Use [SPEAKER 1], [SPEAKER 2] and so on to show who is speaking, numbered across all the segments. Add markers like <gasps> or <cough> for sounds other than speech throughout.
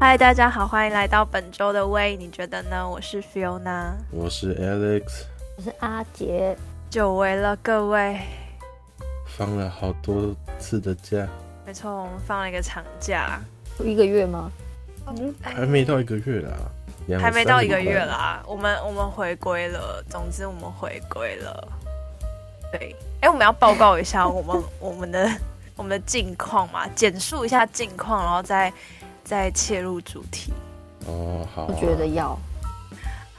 [SPEAKER 1] 嗨，大家好，欢迎来到本周的喂，你觉得呢？我是 Fiona，
[SPEAKER 2] 我是 Alex，
[SPEAKER 3] 我是阿杰，
[SPEAKER 1] 久违了各位。
[SPEAKER 2] 放了好多次的假，
[SPEAKER 1] 没错，我们放了一个长假，
[SPEAKER 3] 一个月吗？
[SPEAKER 1] 哦
[SPEAKER 2] 还没到一个月啦，两
[SPEAKER 1] 还没到一个
[SPEAKER 2] 三礼
[SPEAKER 1] 月
[SPEAKER 2] 拜。
[SPEAKER 1] 啦。我们我们回归了，总之我们回归了。对，哎，我们要报告一
[SPEAKER 2] <laughs>
[SPEAKER 1] 下我们我们的我们的近况嘛，简述一下近况，然后再再切入主题。
[SPEAKER 2] 哦，好、啊，
[SPEAKER 3] 我觉得要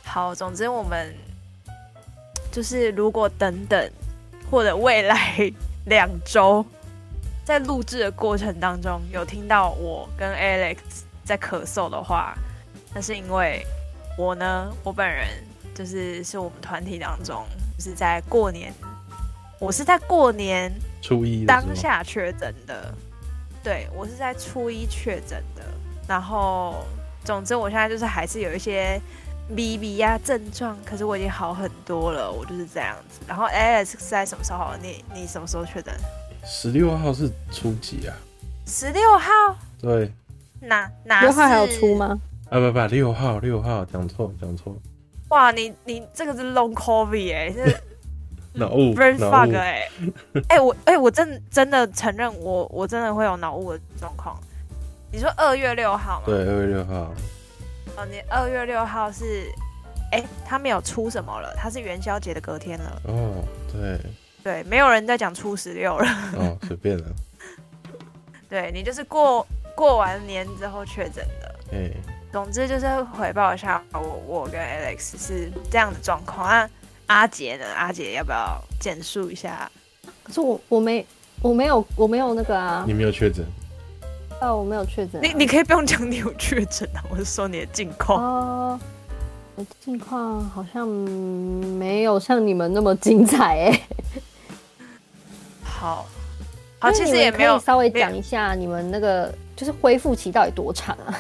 [SPEAKER 1] 好，总之我们就是如果等等或者未来两周，在录制的过程当中有听到我跟 Alex 在咳嗽的话，那是因为我呢，我本人就是是我们团体当中，就是在过年，我是在过年
[SPEAKER 2] 初一的时候
[SPEAKER 1] 当下确诊的，对我是在初一确诊的。然后，总之我现在就是还是有一些 B B 呀症状，可是我已经好很多了，我就是这样子。然后 Alex 是在什么时候好？你你什么时候确诊？
[SPEAKER 2] 十六号是初几啊？
[SPEAKER 1] 十六号？
[SPEAKER 2] 对，
[SPEAKER 1] 哪哪？
[SPEAKER 3] 六号还有出？吗？
[SPEAKER 2] 啊不不，六号六号讲错讲错，
[SPEAKER 1] 哇，你你这个是 Long COVID 哎、是
[SPEAKER 2] <laughs> 脑雾
[SPEAKER 1] brain
[SPEAKER 2] 脑
[SPEAKER 1] fog
[SPEAKER 2] 雾，
[SPEAKER 1] 哎、哎、我哎、我真真的承认我我真的会有脑雾的状况。你说二月六号吗？
[SPEAKER 2] 对，二月六号，
[SPEAKER 1] 哦，你二月六号是，哎、他没有出什么了，他是元宵节的隔天了。
[SPEAKER 2] 哦对，
[SPEAKER 1] 对，没有人在讲初十六了。 <laughs>
[SPEAKER 2] 哦随便了，
[SPEAKER 1] 对你就是过过完年之后确诊的。
[SPEAKER 2] 哎、
[SPEAKER 1] 总之就是回报一下我，我跟 Alex 是这样的状况。那阿杰呢？阿杰要不要简述一下？
[SPEAKER 3] 可是我我没我没有我没有那个啊
[SPEAKER 2] 你，没有确诊，
[SPEAKER 3] 哦，我没有确诊啊、
[SPEAKER 1] 你你可以不用讲你有确诊啊，我是说你的近况。
[SPEAKER 3] 哦，我近况好像没有像你们那么精彩哎、
[SPEAKER 1] 好，好，
[SPEAKER 3] 那
[SPEAKER 1] 其实
[SPEAKER 3] 你们
[SPEAKER 1] 也没有
[SPEAKER 3] 可以稍微讲一下你们那个就是恢复期到底多长啊？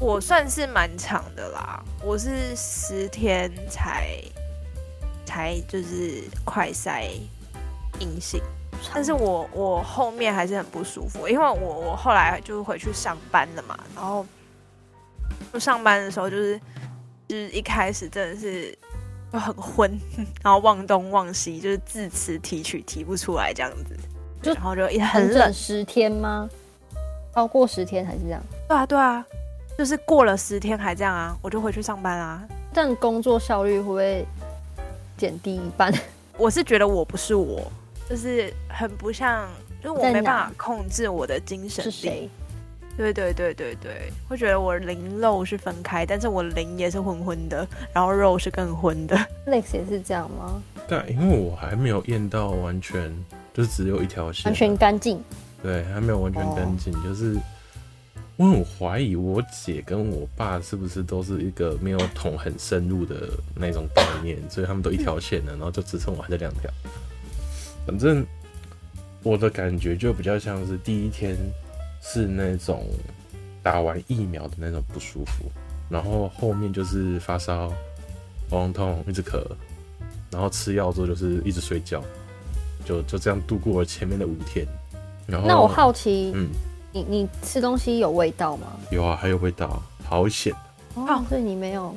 [SPEAKER 1] 我算是蛮长的啦，我是十天才才就是快筛阴性，但是我我后面还是很不舒服，因为我我后来就是回去上班了嘛，然后就上班的时候就是就是一开始真的是就很昏， <laughs> 然后忘东忘西，就是字词提取提不出来这样子，
[SPEAKER 3] 就
[SPEAKER 1] 然后就也
[SPEAKER 3] 整
[SPEAKER 1] 很冷
[SPEAKER 3] 整，十天吗？超过十天还是这样？
[SPEAKER 1] 对啊对啊，就是过了十天还这样啊，我就回去上班啊，
[SPEAKER 3] 但工作效率会不会减低一半？
[SPEAKER 1] 我是觉得我不是我，就是很不像，就是我
[SPEAKER 3] 在哪
[SPEAKER 1] 没办法控制我的精神
[SPEAKER 3] 是
[SPEAKER 1] 力。
[SPEAKER 3] 谁？
[SPEAKER 1] 对对对对对，会觉得我灵肉是分开，但是我灵也是昏昏的，然后肉是更昏的。
[SPEAKER 3] Lex 也是这样吗？
[SPEAKER 2] 但因为我还没有验到完全，就只有一条线啊，
[SPEAKER 3] 完全干净，
[SPEAKER 2] 对，还没有完全干
[SPEAKER 3] 哦
[SPEAKER 2] 净，就是我很怀疑我姐跟我爸是不是都是一个没有捅很深入的那种概念，所以他们都一条线的，然后就只剩我还在两条。反正我的感觉就比较像是第一天是那种打完疫苗的那种不舒服，然后后面就是发烧、喉咙痛、一直咳，然后吃药之后就是一直睡觉，就就这样度过了前面的五天。然后
[SPEAKER 3] 那我好奇，
[SPEAKER 2] 嗯，
[SPEAKER 3] 你你吃东西有味道吗？
[SPEAKER 2] 有啊，还有味道，好险，
[SPEAKER 3] 哦
[SPEAKER 1] 哦，
[SPEAKER 3] 所以你没有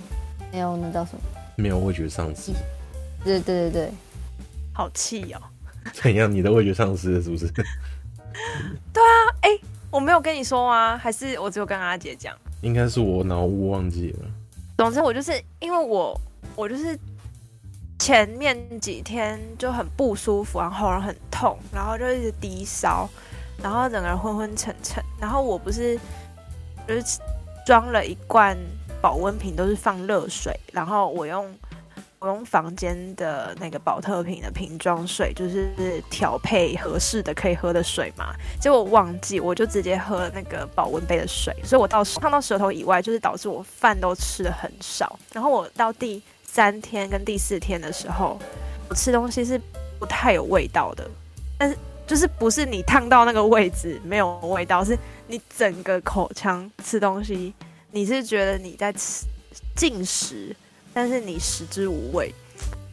[SPEAKER 3] 没有那叫什么？
[SPEAKER 2] 没有味觉丧失。 <laughs>
[SPEAKER 3] 对对对对，
[SPEAKER 1] 好气哦！
[SPEAKER 2] 怎样？你的味觉丧失了是不是？ <laughs>
[SPEAKER 1] 我没有跟你说吗？还是我只有跟阿姐讲？
[SPEAKER 2] 应该是我脑雾忘记了。
[SPEAKER 1] 总之，我就是因为我我就是前面几天就很不舒服，然后喉咙很痛，然后就一直低烧，然后整个人昏昏沉沉。然后我不是就是装了一罐保温瓶，都是放热水，然后我用我用房间的那个保特瓶的瓶装水，就是调配合适的可以喝的水嘛。结果我忘记，我就直接喝了那个保温杯的水，所以我到烫到舌头以外，就是导致我饭都吃的很少。然后我到第三天跟第四天的时候，我吃东西是不太有味道的，但是就是不是你烫到那个位置没有味道，是你整个口腔吃东西，你是觉得你在吃进食，但是你食之无味。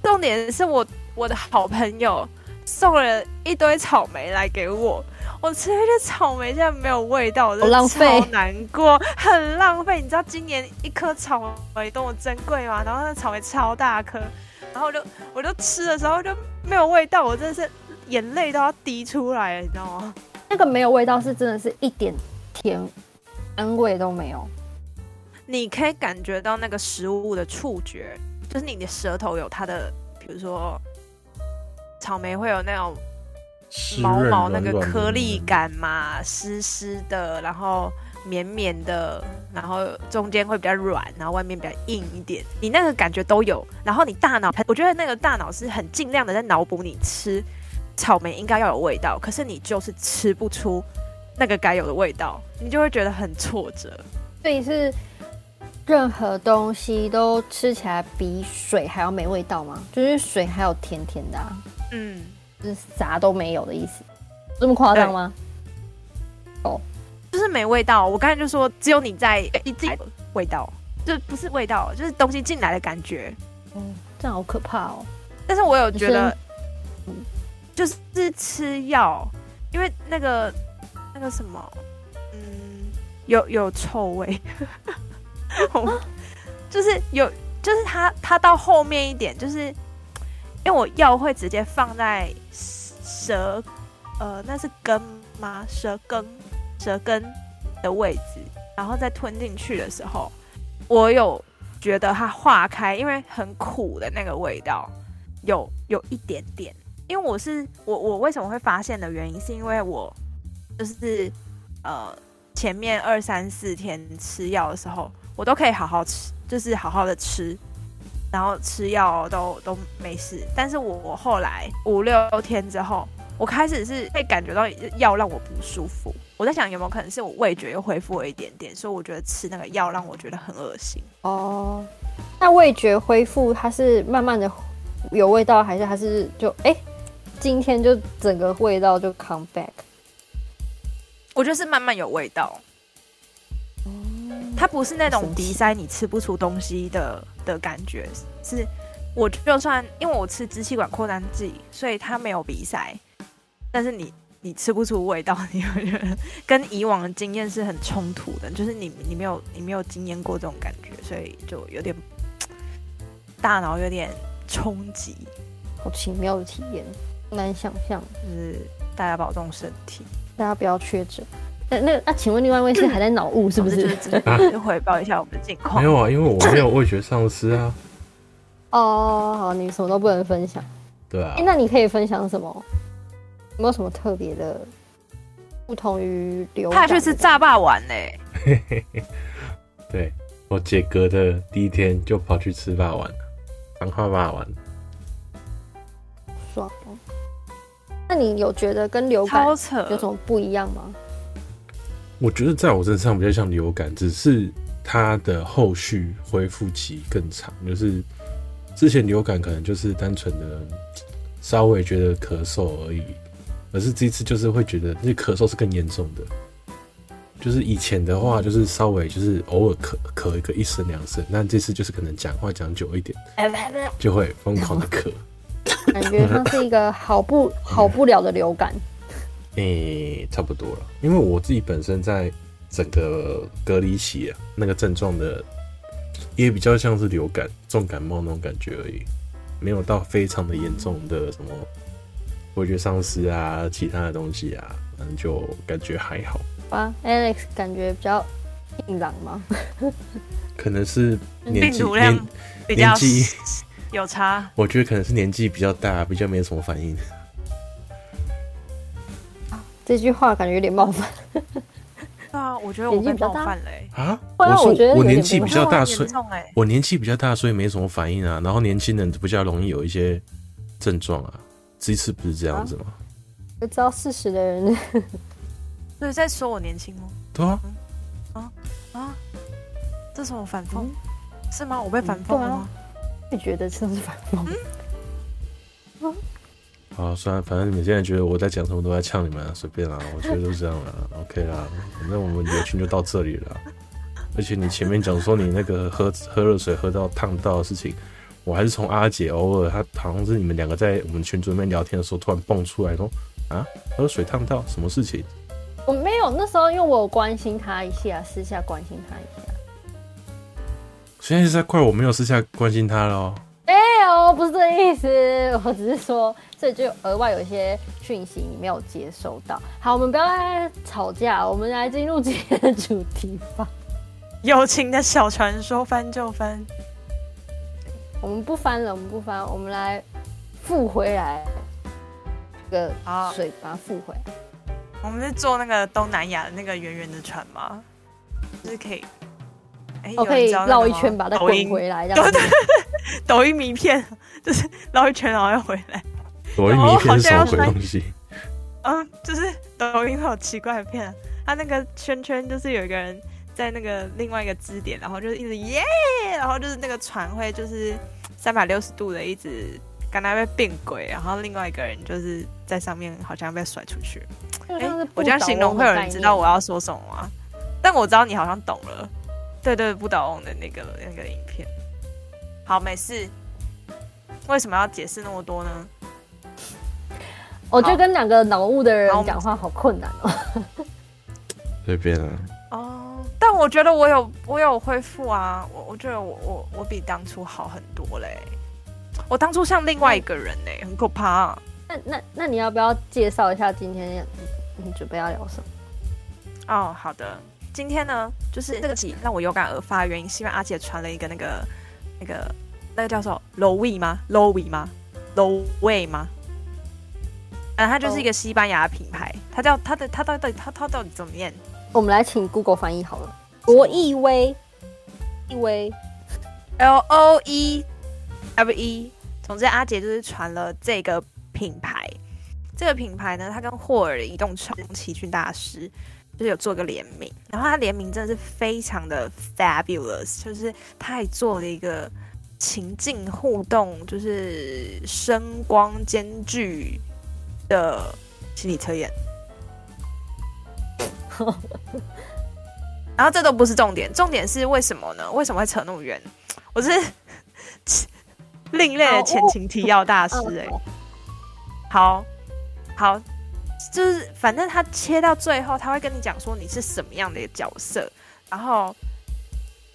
[SPEAKER 1] 重点是我我的好朋友送了一堆草莓来给我，我吃了一些草莓，现在没有味道，我真
[SPEAKER 4] 好浪
[SPEAKER 1] 的
[SPEAKER 4] 费
[SPEAKER 1] 超难过，很浪费。你知道今年一颗草莓多么珍贵吗？然后那草莓超大颗，然后我就我就吃的时候就没有味道，我真的是眼泪都要滴出来了，你知道吗？
[SPEAKER 4] 那个没有味道是真的是一点甜安慰都没有。
[SPEAKER 1] 你可以感觉到那个食物的触觉，就是你的舌头有它的，比如说草莓会有那种嗯
[SPEAKER 2] 湿
[SPEAKER 1] 毛
[SPEAKER 2] 润
[SPEAKER 1] 毛那个
[SPEAKER 2] 软软的
[SPEAKER 1] 颗粒感嘛，湿湿的，然后绵绵的，然后中间会比较软，然后外面比较硬一点，你那个感觉都有。然后你大脑，我觉得那个大脑是很尽量的在脑补你吃草莓应该要有味道，可是你就是吃不出那个该有的味道，你就会觉得很挫折。
[SPEAKER 4] 所以是任何东西都吃起来比水还要没味道吗？就是水还有甜甜的、啊，
[SPEAKER 1] 嗯，
[SPEAKER 4] 就是啥都没有的意思，这么夸张吗？
[SPEAKER 1] 就是没味道。我刚才就说，只有你在哎你自己有味道，就不是味道，就是东西进来的感觉。
[SPEAKER 4] 嗯，这样好可怕哦。
[SPEAKER 1] 但是我有觉
[SPEAKER 4] 你
[SPEAKER 1] 得
[SPEAKER 4] 是，
[SPEAKER 1] 就是吃药，因为那个那个什么，嗯，有有臭味， <laughs> 我就是有，就是它它到后面一点，就是因为我药会直接放在舌，呃，那是根吗？舌根，舌根的位置，然后再吞进去的时候，我有觉得它化开，因为很苦的那个味道，有有一点点。因为我是我我为什么会发现的原因，是因为我就是呃前面二三四天吃药的时候，我都可以好好吃，就是好好的吃，然后吃药都都没事。但是我我后来五六天之后，我开始是会感觉到药让我不舒服。我在想有没有可能是我味觉又恢复了一点点，所以我觉得吃那个药让我觉得很恶心。
[SPEAKER 4] 哦，那味觉恢复，它是慢慢的有味道，还是它是就哎、今天就整个味道就 come back？
[SPEAKER 1] 我觉得是慢慢有味道，
[SPEAKER 4] 哦
[SPEAKER 1] 它不是那种鼻塞你吃不出东西的的感觉，是我就算因为我吃支气管扩张剂，所以它没有鼻塞，但是你你吃不出味道，你会觉得跟以往的经验是很冲突的，就是你你没有你没有经验过这种感觉，所以就有点大脑有点冲击，
[SPEAKER 4] 好奇妙的体验，很难想象。
[SPEAKER 1] 就是大家保重身体。
[SPEAKER 4] 大家不要确诊。那那那，请问另外一位是还在脑雾是不？
[SPEAKER 1] 这就是是今天汇报一下我们的近况
[SPEAKER 2] 没。有啊，因为我没有味觉丧失啊。
[SPEAKER 4] 哦，好，你什么都不能分享。
[SPEAKER 2] 对啊
[SPEAKER 4] 哎、，那你可以分享什么？有没有什么特别的，不同于流
[SPEAKER 1] 他
[SPEAKER 4] 感
[SPEAKER 1] 还
[SPEAKER 4] 的？
[SPEAKER 1] 去吃炸霸欸丸呢、
[SPEAKER 2] 对我解隔的第一天就跑去吃霸王，彰化霸王。
[SPEAKER 4] 爽哦。那你有觉得跟流感
[SPEAKER 1] 超扯，
[SPEAKER 4] 有什么不一样吗？
[SPEAKER 2] 我觉得在我身上比较像流感，只是它的后续恢复期更长。就是之前流感可能就是单纯的稍微觉得咳嗽而已，可是这一次就是会觉得那咳嗽是更严重的。就是以前的话，就是稍微就是偶尔咳咳一个一声两声，但这次就是可能讲话讲久一点，就会疯狂的咳。
[SPEAKER 4] 感觉它是一个好不好不了的流感。
[SPEAKER 2] 诶、差不多了。因为我自己本身在整个隔离期、啊，那个症状的也比较像是流感、重感冒那种感觉而已，没有到非常的严重的什么味觉丧失啊、其他的东西啊，反正就感觉还好。
[SPEAKER 4] 好吧，Alex 感觉比较硬朗吗？ <laughs>
[SPEAKER 2] 可能是年
[SPEAKER 1] 嗯病
[SPEAKER 2] 纪
[SPEAKER 1] 毒量
[SPEAKER 2] 年，
[SPEAKER 1] <laughs> 比较
[SPEAKER 2] 年纪
[SPEAKER 1] 有差，
[SPEAKER 2] 我觉得可能是年纪比较大，比较没什么反应。
[SPEAKER 4] 这句话感觉有点冒犯。
[SPEAKER 1] 对啊，我觉得我被冒犯了、欸，
[SPEAKER 2] 啊，
[SPEAKER 4] 会啊
[SPEAKER 2] 说
[SPEAKER 4] 我觉得
[SPEAKER 2] 我
[SPEAKER 4] 有点
[SPEAKER 2] 年纪
[SPEAKER 4] 不
[SPEAKER 2] 比
[SPEAKER 4] 太
[SPEAKER 2] 较大，所
[SPEAKER 1] 严
[SPEAKER 2] 以
[SPEAKER 1] 重哎、
[SPEAKER 2] 我年纪比较大，所以没什么反应啊。然后年轻人比较容易有一些症状啊。这一次不是这样子吗？
[SPEAKER 4] 我知道事实的人，
[SPEAKER 1] 所以在说我年轻吗？
[SPEAKER 2] 对啊，
[SPEAKER 1] 啊，这是我反讽、
[SPEAKER 4] 嗯
[SPEAKER 1] 是吗？我被反讽
[SPEAKER 4] 啊
[SPEAKER 1] 了吗？
[SPEAKER 4] 会觉得这是反讽。
[SPEAKER 2] 好，虽然哦反正你们现在觉得我在讲什么都在呛你们、啊，随便 <laughs> 啦，我觉得都这样啦，OK 啦，反正我们友情就到这里了啊。而且你前面讲说你那个喝喝热水喝到烫到的事情，我还是从阿姐偶尔她好像是你们两个在我们群组里面聊天的时候突然蹦出来说，啊，喝水烫到什么事情？
[SPEAKER 4] 我没有，那时候因为我有关心他一下，私下关心他一下。
[SPEAKER 2] 现在是在怪我没有私下关心他喽。
[SPEAKER 4] 没有，不是这个意思，我只是说，所以就额外有一些讯息你没有接收到。好，我们不要再吵架，我们来进入今天的主题吧。
[SPEAKER 1] 友情的小船说翻就翻，
[SPEAKER 4] 我们不翻了，我们不翻，我们来复回来，这个
[SPEAKER 1] 好
[SPEAKER 4] 水把它复回来。
[SPEAKER 1] 我们是坐那个东南亚的那个圆圆的船吗？就是可以，哎、有
[SPEAKER 4] 我哦可
[SPEAKER 1] 人
[SPEAKER 4] 以
[SPEAKER 1] 知道那个
[SPEAKER 4] 绕一
[SPEAKER 1] 吗
[SPEAKER 4] 圈把它
[SPEAKER 1] 抖
[SPEAKER 4] 滚
[SPEAKER 1] 音
[SPEAKER 4] 回来，这
[SPEAKER 1] 对 <laughs>
[SPEAKER 4] 样子
[SPEAKER 1] 对，对抖音名片 <laughs> 就是绕一圈然后又回来，
[SPEAKER 2] 抖音名片是什么鬼东西？
[SPEAKER 1] 嗯，就是抖音会有奇怪的片、啊，它那个圈圈就是有一个人在那个另外一个支点，然后就是一直耶，然后就是那个船会就是三百六十度的一直跟它被并轨，然后另外一个人就是在上面好像被甩出去，
[SPEAKER 4] 就
[SPEAKER 1] 哎
[SPEAKER 4] 像是不
[SPEAKER 1] 我这样
[SPEAKER 4] 倒
[SPEAKER 1] 形容
[SPEAKER 4] 翁
[SPEAKER 1] 会
[SPEAKER 4] 的
[SPEAKER 1] 有
[SPEAKER 4] 概
[SPEAKER 1] 人知道啊
[SPEAKER 4] 念
[SPEAKER 1] 我要说什么吗？但我知道你好像懂了，对对，不倒翁的那个那个影片。好，没事。为什么要解释那么多呢？
[SPEAKER 4] 我哦就跟两个脑雾的人
[SPEAKER 1] 好
[SPEAKER 4] 讲话好困难哦。
[SPEAKER 2] 随便啊，
[SPEAKER 1] 哦，但我觉得我有我有恢复啊，我我觉得我我我比当初好很多嘞。我当初像另外一个人呢、很可怕、
[SPEAKER 4] 那那那你要不要介绍一下今天你准备要聊什么？
[SPEAKER 1] 哦，好的。今天呢，就是这个集让我有感而发的原因，是因为阿姐传了一个那个、那个、那个叫什么 Lowy 吗？Lowy 吗？Loway 吗？嗯，它就是一个西班牙品牌，它叫它的它到底它它到底怎么念？
[SPEAKER 4] 我们来请 Google 翻译好了。罗意威，意威，
[SPEAKER 1] L O E F E。总之，阿杰就是传了这个品牌。这个品牌呢，它跟霍尔的移动传奇骏大师就是有做个联名，然后它联名真的是非常的 fabulous，就是它还做了一个情境互动，就是声光兼具的心理测验。然后这都不是重点，重点是为什么呢？为什么会扯那么远？我是 <laughs> 另类的前情提要大师
[SPEAKER 4] 嗯
[SPEAKER 1] 哎、好好，就是反正他切到最后，他会跟你讲说你是什么样的一个角色，然后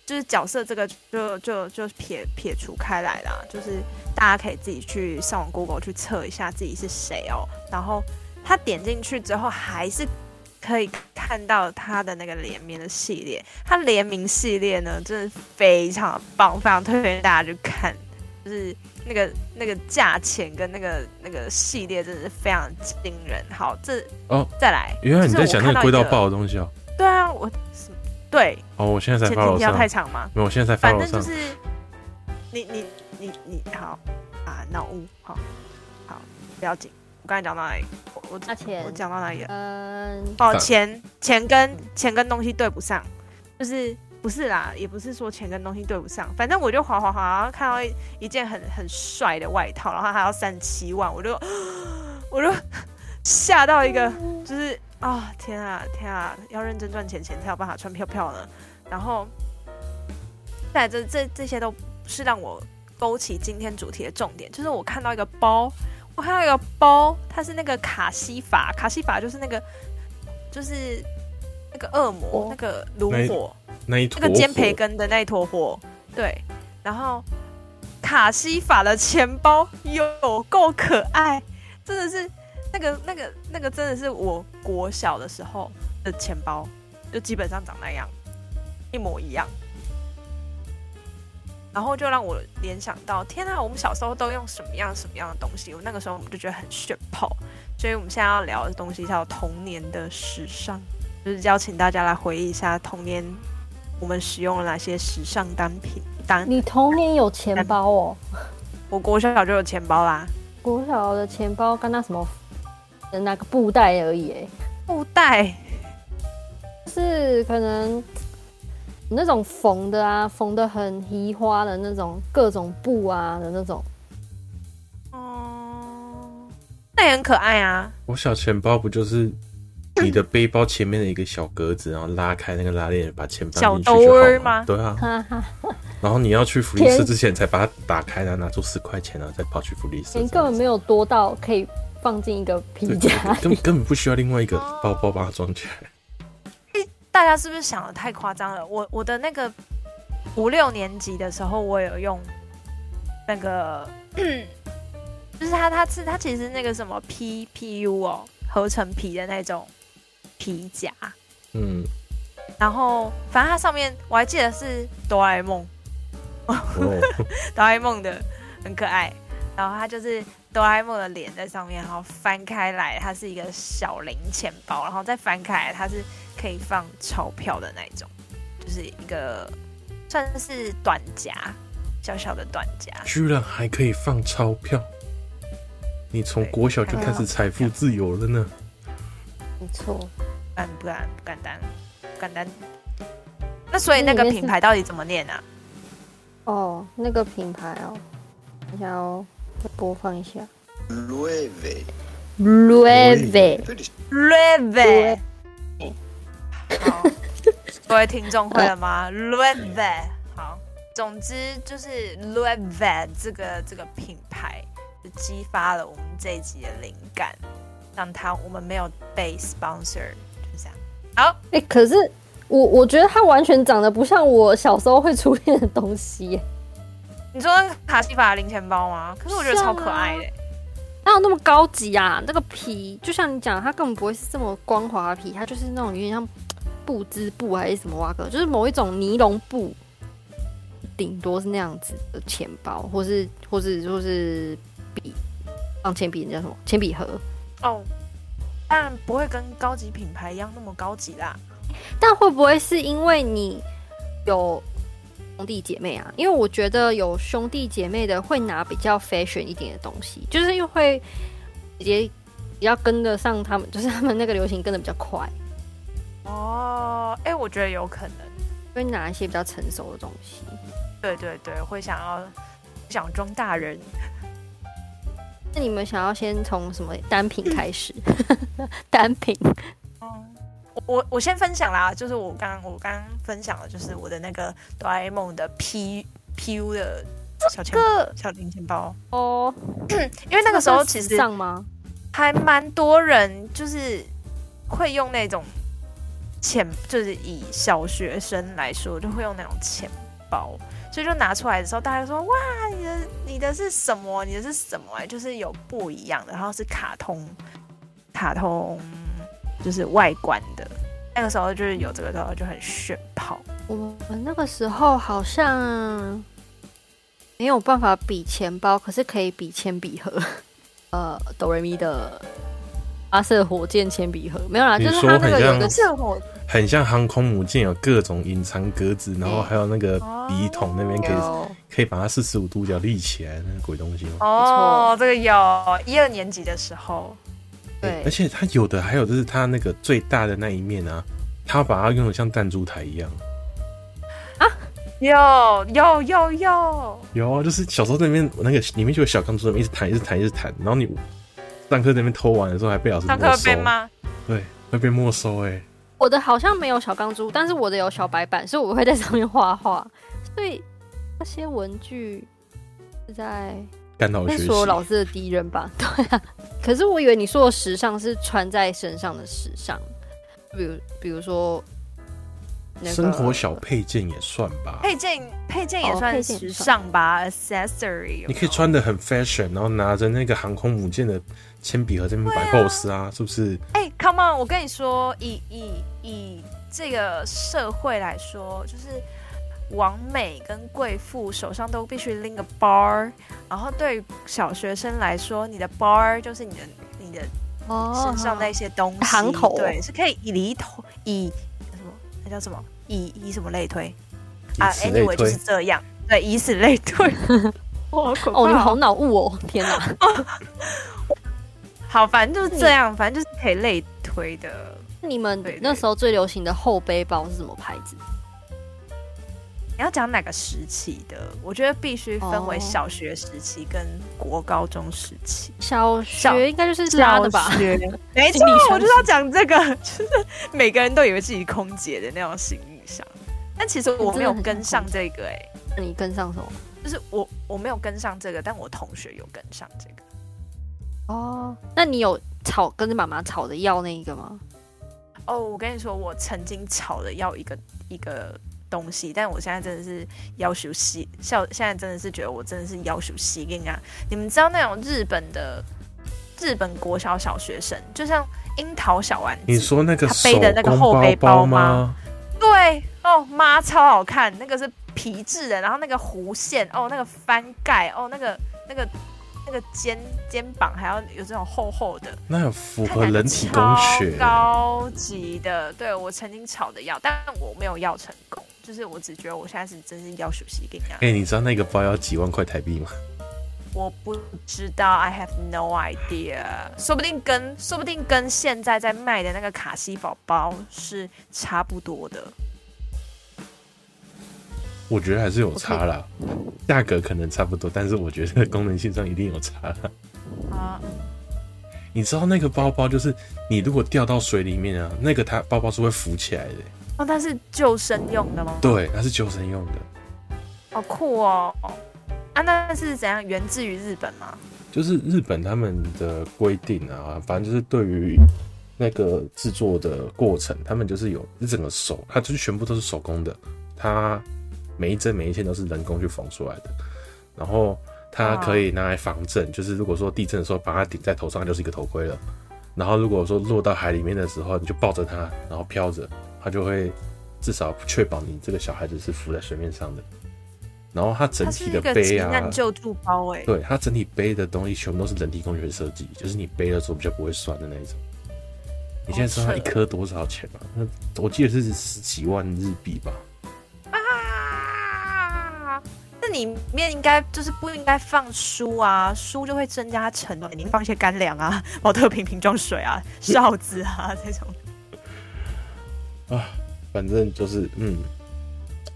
[SPEAKER 1] 就是角色这个就就就撇撇除开来啦，就是大家可以自己去上网 Google 去测一下自己是谁哦。然后他点进去之后，还是可以看到他的那个联名的系列，他联名系列呢真的非常棒，非常推荐大家去看，就是那个那个价钱跟那个那个系列真的是非常惊人。好，这
[SPEAKER 2] 哦，
[SPEAKER 1] 再来，
[SPEAKER 2] 原来你在讲那个
[SPEAKER 1] 就
[SPEAKER 2] 贵
[SPEAKER 1] 是我
[SPEAKER 2] 到
[SPEAKER 1] 看一个
[SPEAKER 2] 爆的东西哦。
[SPEAKER 1] 对啊，我什么对
[SPEAKER 2] 哦，我现在才
[SPEAKER 1] 前
[SPEAKER 2] 发
[SPEAKER 1] 情
[SPEAKER 2] 楼
[SPEAKER 1] 提要
[SPEAKER 2] 上，
[SPEAKER 1] 太长吗？
[SPEAKER 2] 没有，我现在才发
[SPEAKER 1] 反
[SPEAKER 2] 楼
[SPEAKER 1] 正就
[SPEAKER 2] 上。
[SPEAKER 1] 是你你你你好啊，脑雾好，好不要紧。我刚才讲到哪里？我我
[SPEAKER 4] 阿钱
[SPEAKER 1] 我，讲到哪里了？
[SPEAKER 4] 嗯，
[SPEAKER 1] 哦，
[SPEAKER 2] 对
[SPEAKER 1] 钱钱跟钱跟东西对不上，就是不是啦，也不是说钱跟东西对不上，反正我就滑滑滑，然后看到一一件很很帅的外套，然后它要三七万，我就 <gasps> 我就 <laughs> 吓到一个，就是啊、天啊天啊，要认真赚钱钱才有办法穿票票呢。然后，但这这这些都是让我勾起今天主题的重点，就是我看到一个包。我看到一个包，它是那个卡西法，卡西法就是那个就是那个恶魔、
[SPEAKER 4] 哦
[SPEAKER 1] 那个炉
[SPEAKER 2] 那一
[SPEAKER 1] 火、
[SPEAKER 2] 那一
[SPEAKER 1] 那
[SPEAKER 2] 坨
[SPEAKER 1] 个煎培
[SPEAKER 2] 火
[SPEAKER 1] 根的那一坨火，对。然后卡西法的钱包有够可爱，真的是那个那个那个真的是我国小的时候的钱包，就基本上长那样，一模一样。然后就让我联想到，天啊，我们小时候都用什么样什么样的东西？我那个时候我们就觉得很炫炮，所以我们现在要聊的东西叫童年的时尚，就是邀请大家来回忆一下童年我们使用了哪些时尚单品。当
[SPEAKER 4] 你童年有钱包哦？
[SPEAKER 1] 我国小就有钱包啦，
[SPEAKER 4] 国小的钱包跟那什么，那个布袋而已，哎，
[SPEAKER 1] 布袋，
[SPEAKER 4] 就是可能那种缝的啊，缝的很移花的那种各种布啊的那种。
[SPEAKER 1] 哦、那也很可爱啊。
[SPEAKER 2] 我小钱包不就是你的背包前面的一个小格子，然后拉开那个拉链，把钱放进去
[SPEAKER 1] 小
[SPEAKER 2] 就
[SPEAKER 1] 兜
[SPEAKER 2] 好
[SPEAKER 1] 儿
[SPEAKER 2] 了
[SPEAKER 1] 吗
[SPEAKER 2] 对啊，
[SPEAKER 4] 哈哈，
[SPEAKER 2] 然后你要去福利
[SPEAKER 4] 天
[SPEAKER 2] 社之前才把它打开，然后拿出十块钱，然后再跑去福利社。
[SPEAKER 4] 钱根本没有多到可以放进一个皮
[SPEAKER 2] 对，
[SPEAKER 4] 夹
[SPEAKER 2] 根本根本不需要另外一个
[SPEAKER 1] 哦
[SPEAKER 2] 包包把它装起来。
[SPEAKER 1] 大家是不是想的太夸张了？我我的那个五六年级的时候，我有用那个， <clears throat> 就是它它是它其实那个什么 P P U 哦，合成皮的那种皮夹，
[SPEAKER 2] <laughs> 嗯，
[SPEAKER 1] 然后反正它上面我还记得是哆啦 A 梦，
[SPEAKER 2] 哦，
[SPEAKER 1] 哆啦 A 梦的很可爱，然后它就是哆啦 A 梦的脸在上面，然后翻开来它是一个小零钱包，然后再翻开来它是可以放钞票的那一种，就是一个算是短夹，小小的短夹。
[SPEAKER 2] 居然还可以放钞票！你从国小就开始财富自由了呢。
[SPEAKER 4] 没错，
[SPEAKER 1] 嗯，不敢不敢当，不敢当。那所以那个品牌到底怎么念啊？
[SPEAKER 4] 哦，那个品牌哦，我想要播放一下
[SPEAKER 3] Nueve.
[SPEAKER 1] r
[SPEAKER 4] Lueve，
[SPEAKER 1] e v e
[SPEAKER 4] 对
[SPEAKER 1] <laughs> 好，各位听众会了吗 r e v e 好，总之就是 r e v e 这个这个品牌就激发了我们这一集的灵感，让它我们没有被 sponsor，就这样。好，
[SPEAKER 4] 哎、可是我我觉得它完全长得不像我小时候会出现的东西耶，
[SPEAKER 1] 你说那个卡西法的零钱包吗？可是啊我觉得超可爱的、
[SPEAKER 4] 哪有那么高级啊？那个皮就像你讲，它根本不会是这么光滑的皮，它就是那种有点像布织布还是什么哇哥，就是某一种尼龙布，顶多是那样子的钱包，或是或是或是嗯笔，放铅笔那叫什么？铅笔盒。
[SPEAKER 1] 哦。但不会跟高级品牌一样那么高级啦。
[SPEAKER 4] 但会不会是因为你有兄弟姐妹啊？因为我觉得有兄弟姐妹的会拿比较 fashion 一点的东西，就是又会直接比较跟得上他们，就是他们那个流行跟得比较快，
[SPEAKER 1] 哦，哎、我觉得有可能。
[SPEAKER 4] 会拿一些比较成熟的东西。
[SPEAKER 1] 对对对，会想要想装大人。
[SPEAKER 4] 那你们想要先从什么单品开始？ <laughs> 单品
[SPEAKER 1] 我哦我我先分享啦，就是我刚我刚分享的，就是我的那个哆啦 A 梦的 P P U 的小钱
[SPEAKER 4] 个
[SPEAKER 1] 小零钱包，
[SPEAKER 4] 哦，
[SPEAKER 1] 因为那个时候其实
[SPEAKER 4] 上吗？
[SPEAKER 1] 还蛮多人就是会用那种钱，就是以小学生来说，就会用那种钱包，所以就拿出来的时候，大家说哇，你的你的是什么？你的是什么、就是有不一样的，然后是卡通，卡通就是外观的。那个时候就是有这个时候就很炫炮，
[SPEAKER 4] 我们那个时候好像没有办法比钱包，可是可以比铅笔盒。呃，哆瑞咪的阿瑟火箭铅笔盒没有啦，
[SPEAKER 2] 你
[SPEAKER 4] 就是
[SPEAKER 2] 说
[SPEAKER 4] 它那
[SPEAKER 2] 很
[SPEAKER 4] 个有一个
[SPEAKER 2] 像
[SPEAKER 1] 这我
[SPEAKER 2] 很像航空母舰有各种隐藏格子，然后还有那个
[SPEAKER 1] 哦
[SPEAKER 2] 笔筒那边可以
[SPEAKER 4] 有
[SPEAKER 2] 可以把它四十五度角立起来，那个鬼东西吗？
[SPEAKER 1] 哦，这个有一二年级的时候，
[SPEAKER 4] 对
[SPEAKER 2] 而且它有的还有就是它那个最大的那一面啊，它把它用的像弹珠台一样。
[SPEAKER 1] 有有有有，
[SPEAKER 2] 有啊，就是小时候那边那个里面就有小钢珠，那边一直弹，一直弹，一直弹。然后你上课那边偷玩的时候，还被老师
[SPEAKER 1] 上课
[SPEAKER 2] 没收。
[SPEAKER 1] 被骂。
[SPEAKER 2] 对，会被没收哎、
[SPEAKER 4] 我的好像没有小钢珠，但是我的有小白板，所以我会在上面画画。所以那些文具是在
[SPEAKER 2] 干扰
[SPEAKER 4] 那
[SPEAKER 2] 学
[SPEAKER 4] 是
[SPEAKER 2] 习
[SPEAKER 4] 所。有老师的敌人吧？ <laughs> 对啊。可是我以为你说的时尚是穿在身上的时尚，比如比如说、那个、
[SPEAKER 2] 生活小配件也算吧，
[SPEAKER 1] 配件配件也
[SPEAKER 4] 哦
[SPEAKER 1] 算
[SPEAKER 4] 配件也
[SPEAKER 1] 时
[SPEAKER 4] 算
[SPEAKER 1] 尚吧、a c c e s s o r y
[SPEAKER 2] 你可以穿的很 fashion，然后拿着那个航空母舰的铅笔盒这边摆 pose 啊，是不是？
[SPEAKER 1] 哎、c o m e on！我跟你说，以以以这个社会来说，就是王美跟贵妇手上都必须拎个包儿，然后对于小学生来说，你的包儿就是你的你的
[SPEAKER 4] 哦
[SPEAKER 1] 身上的一些东西，
[SPEAKER 4] 行头
[SPEAKER 1] 对，是可以以里头以什么那叫什么以以什么类推
[SPEAKER 2] 以
[SPEAKER 1] 啊
[SPEAKER 2] 此类
[SPEAKER 1] ？Anyway 就
[SPEAKER 2] 推
[SPEAKER 1] 是。这样，对，以此类
[SPEAKER 4] <laughs>
[SPEAKER 1] 推。哇，好可怕
[SPEAKER 4] 哦，你们好脑雾哦！天
[SPEAKER 1] <laughs>
[SPEAKER 4] 哪，
[SPEAKER 1] 好，反正就是这
[SPEAKER 4] 嗯
[SPEAKER 1] 样，反正就是可以类推的。
[SPEAKER 4] 你们
[SPEAKER 1] 对对
[SPEAKER 4] 那时候最流行的后背包是什么牌子？
[SPEAKER 1] 你要讲哪个时期的？我觉得必须分为
[SPEAKER 4] 哦
[SPEAKER 1] 小学时期跟国高中时期。
[SPEAKER 4] 小
[SPEAKER 1] 小
[SPEAKER 4] 学应该就是拉的吧
[SPEAKER 1] 小？学？没错
[SPEAKER 4] 行李箱，
[SPEAKER 1] 我就是要讲这个，就是每个人都以为自己空姐的那种行李箱，但其实我没有跟上这个、欸，
[SPEAKER 4] 那你跟上什么？
[SPEAKER 1] 就是我我没有跟上这个，但我同学有跟上这个。
[SPEAKER 4] 哦，那你有吵跟着妈妈吵着要那一个吗？
[SPEAKER 1] 哦，我跟你说，我曾经吵了要一个一个东西，但我现在真的是要求吸，像现在真的是觉得我真的是要求吸跟啊！你们知道那种日本的日本国小小学生，就像樱桃小丸子，
[SPEAKER 2] 你说那个
[SPEAKER 1] 他背的那个
[SPEAKER 2] 手
[SPEAKER 1] 后
[SPEAKER 2] 工
[SPEAKER 1] 背
[SPEAKER 2] 包
[SPEAKER 1] 包吗
[SPEAKER 2] 吗？
[SPEAKER 1] 对哦，妈超好看，那个是皮质的，然后那个弧线哦，那个翻盖哦，那个那个那个肩肩膀还要有这种厚厚的，
[SPEAKER 2] 那有符
[SPEAKER 1] 看
[SPEAKER 2] 合
[SPEAKER 1] 起来
[SPEAKER 2] 人体工
[SPEAKER 1] 超，
[SPEAKER 2] 学
[SPEAKER 1] 高级的。对我曾经炒的药，但我没有药成功，就是我只觉得我现在是真是要休息给你啊，
[SPEAKER 2] 哎、你知道那个包要几万块台币吗？ <laughs>
[SPEAKER 1] 我不知道，I have no idea，说不定跟说不定跟现在在卖的那个卡西宝宝是差不多的。
[SPEAKER 2] 我觉得还是有差啦，价格可能差不多，但是我觉得功能性上一定有差啦。
[SPEAKER 1] 啊，
[SPEAKER 2] 你知道那个包包就是你如果掉到水里面啊，那个它包包是会浮起来的，
[SPEAKER 1] 哦，它是救生用的吗？
[SPEAKER 2] 对，它是救生用的，
[SPEAKER 1] 好酷哦！哦啊，那是怎样？源自于日本吗？
[SPEAKER 2] 就是日本他们的规定啊，反正就是对于那个制作的过程，他们就是有一整个手，它就是全部都是手工的，它每一针每一线都是人工去缝出来的，然后它可以拿来防震，
[SPEAKER 1] 啊
[SPEAKER 2] 就是如果说地震的时候把它顶在头上，它就是一个头盔了。然后如果说落到海里面的时候，你就抱着它，然后飘着，它就会至少确保你这个小孩子是浮在水面上的。然后它整
[SPEAKER 1] 它是
[SPEAKER 2] 体
[SPEAKER 1] 一
[SPEAKER 2] 的
[SPEAKER 1] 个
[SPEAKER 2] 背
[SPEAKER 1] 急
[SPEAKER 2] 啊，
[SPEAKER 1] 难救助包哎、
[SPEAKER 2] 对，它整体背的东西全部都是人体工学设计，就是你背的时候比较不会酸的那一种。你现在知道它一颗多少钱吗？那我记得是十几万日币吧。
[SPEAKER 1] 啊！那里面应该就是不应该放书啊，书就会增加沉沦。哎你放一些干粮啊、 <laughs> 保特瓶瓶装水啊、哨子啊 <laughs> 这种。
[SPEAKER 2] 反正就是，嗯，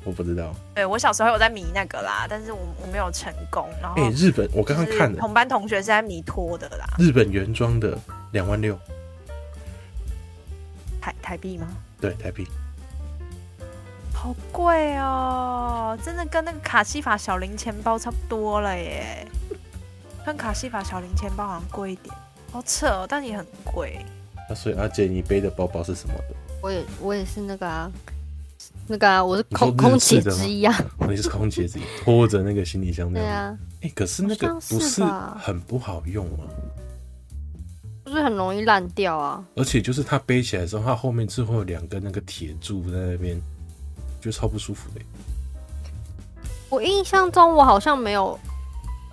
[SPEAKER 2] 我不知道。
[SPEAKER 4] 哦
[SPEAKER 1] 对我小时候有在迷那个啦，但是我我没有成功。然后
[SPEAKER 2] 哎、日本，我
[SPEAKER 1] 就
[SPEAKER 2] 刚刚
[SPEAKER 1] 是
[SPEAKER 2] 看了
[SPEAKER 1] 同班同学是在迷托的啦，
[SPEAKER 2] 日本原装的两万六，
[SPEAKER 1] 台台币吗？
[SPEAKER 2] 对，台币。
[SPEAKER 1] 好贵哦，真的跟那个卡西法小零钱包差不多了耶。跟卡西法小零钱包好像贵一点，好扯哦，但也很贵。
[SPEAKER 2] 那所以阿姐，你背的包包是什么的？
[SPEAKER 4] 我也我也是那个啊，那个啊，我是
[SPEAKER 2] 你说
[SPEAKER 4] 空
[SPEAKER 2] 日
[SPEAKER 4] 空
[SPEAKER 2] 式
[SPEAKER 4] 姐
[SPEAKER 2] 的吗
[SPEAKER 4] 之一啊，
[SPEAKER 2] 你是空姐自己拖着那个行李箱那
[SPEAKER 4] 对
[SPEAKER 2] 样。
[SPEAKER 4] 啊，
[SPEAKER 2] 哎、可是那个
[SPEAKER 4] 好像
[SPEAKER 2] 不
[SPEAKER 4] 是
[SPEAKER 2] 是
[SPEAKER 4] 吧
[SPEAKER 2] 很不好用啊吗？
[SPEAKER 4] 就是很容易烂掉啊。
[SPEAKER 2] 而且就是它背起来的时候，它后面是会有两根那个铁柱在那边，就超不舒服的。
[SPEAKER 4] 我印象中我好像没有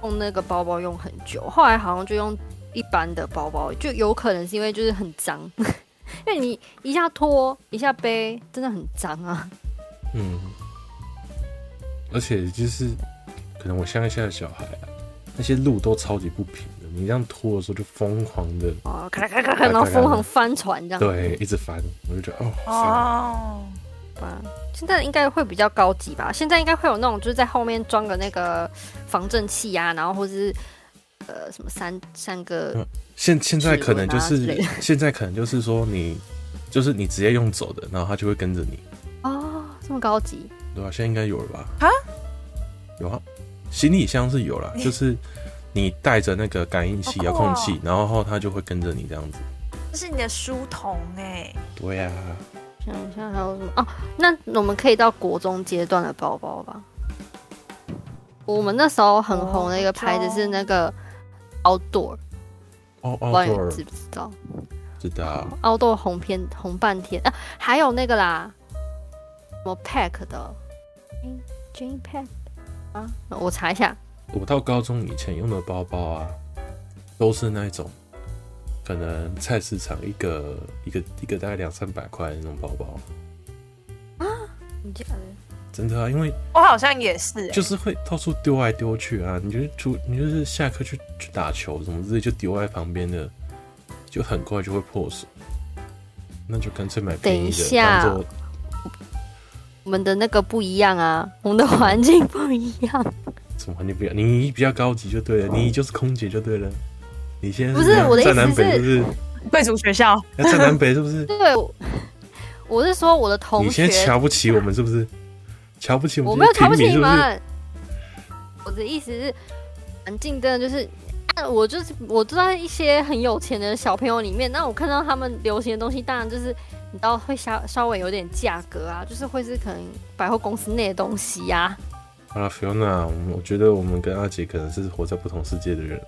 [SPEAKER 4] 用那个包包用很久，后来好像就用一般的包包，就有可能是因为就是很脏，因为你一下拖一下背，真的很脏啊。
[SPEAKER 2] 嗯，而且就是可能我乡下的小孩啊，那些路都超级不平的，你这样拖的时候就疯狂的，
[SPEAKER 4] 哦，咔啦咔啦咔啦，然后疯狂翻船这样。
[SPEAKER 2] 对，一直翻，我就觉得哦，烦
[SPEAKER 1] 哦，
[SPEAKER 4] 吧。现在应该会比较高级吧？现在应该会有那种就是在后面装个那个防震器啊，然后或是呃什么三三个
[SPEAKER 2] 嗯现现在可能就
[SPEAKER 4] 指
[SPEAKER 2] 是
[SPEAKER 4] 纹啊之类
[SPEAKER 2] 现在可能就是说你就是你直接用走的，然后它就会跟着你，
[SPEAKER 4] 哦，这么高级。
[SPEAKER 2] 对吧、现在应该有了吧？
[SPEAKER 1] 啊，
[SPEAKER 2] 有啊，行李箱是有啦，就是你带着那个感应器、
[SPEAKER 1] 好
[SPEAKER 2] 遥
[SPEAKER 1] 酷哦
[SPEAKER 2] 控器，然后它就会跟着你这样子。
[SPEAKER 1] 这是你的书童哎、
[SPEAKER 2] 对呀、
[SPEAKER 4] 想一下还有什么哦？那我们可以到国中阶段的包包吧。我们那时候很红的一个牌子是那个 Outdoor，
[SPEAKER 2] 哦
[SPEAKER 4] 不
[SPEAKER 2] 哦，
[SPEAKER 4] 知道你们
[SPEAKER 2] outdoor，
[SPEAKER 4] 知不知道
[SPEAKER 2] 知道。
[SPEAKER 4] ？Outdoor 红片红半天啊，还有那个啦，什么 Pack 的 j e Pack 啊，我查一下。
[SPEAKER 2] 我到高中以前用的包包啊，都是那一种，可能菜市场一个一个一个大概两三百块的那种包包，
[SPEAKER 4] 你这
[SPEAKER 2] 真的啊，因为
[SPEAKER 1] 我好像也是、欸，
[SPEAKER 2] 就是会到处丢来丢去啊，你就是出你就是下课去去打球什么之类，就丢在旁边的，就很快就会破损，那就干脆买便
[SPEAKER 4] 等
[SPEAKER 2] 宜
[SPEAKER 4] 一
[SPEAKER 2] 的，
[SPEAKER 4] 下
[SPEAKER 2] 当做
[SPEAKER 4] 我们的那个不一样啊，我们的环境不一样。
[SPEAKER 2] 什么你比较你比较高级就对了，你就是空姐就对了，你现在
[SPEAKER 4] 不是我的意
[SPEAKER 2] 在
[SPEAKER 4] 思
[SPEAKER 2] 南北
[SPEAKER 4] 是
[SPEAKER 2] 是不是？
[SPEAKER 1] 贵族学校
[SPEAKER 2] 要 <laughs> 在南北是不是？
[SPEAKER 4] <laughs> 对，我我是说我的同
[SPEAKER 2] 你现
[SPEAKER 4] 学
[SPEAKER 2] 在瞧不起我们是不是？瞧不起我
[SPEAKER 4] 我
[SPEAKER 2] 们？
[SPEAKER 4] 没有瞧不起你
[SPEAKER 2] 是不是？
[SPEAKER 4] 们。我的意思是，环境真的就是，啊，那我就是我知道一些很有钱的小朋友里面，那我看到他们流行的东西，当然就是你知道会稍稍微有点价格啊，就是会是可能百货公司内的东西啊呀、
[SPEAKER 2] 好了，Fiona，我们啊我觉得我们跟阿杰可能是活在不同世界的人。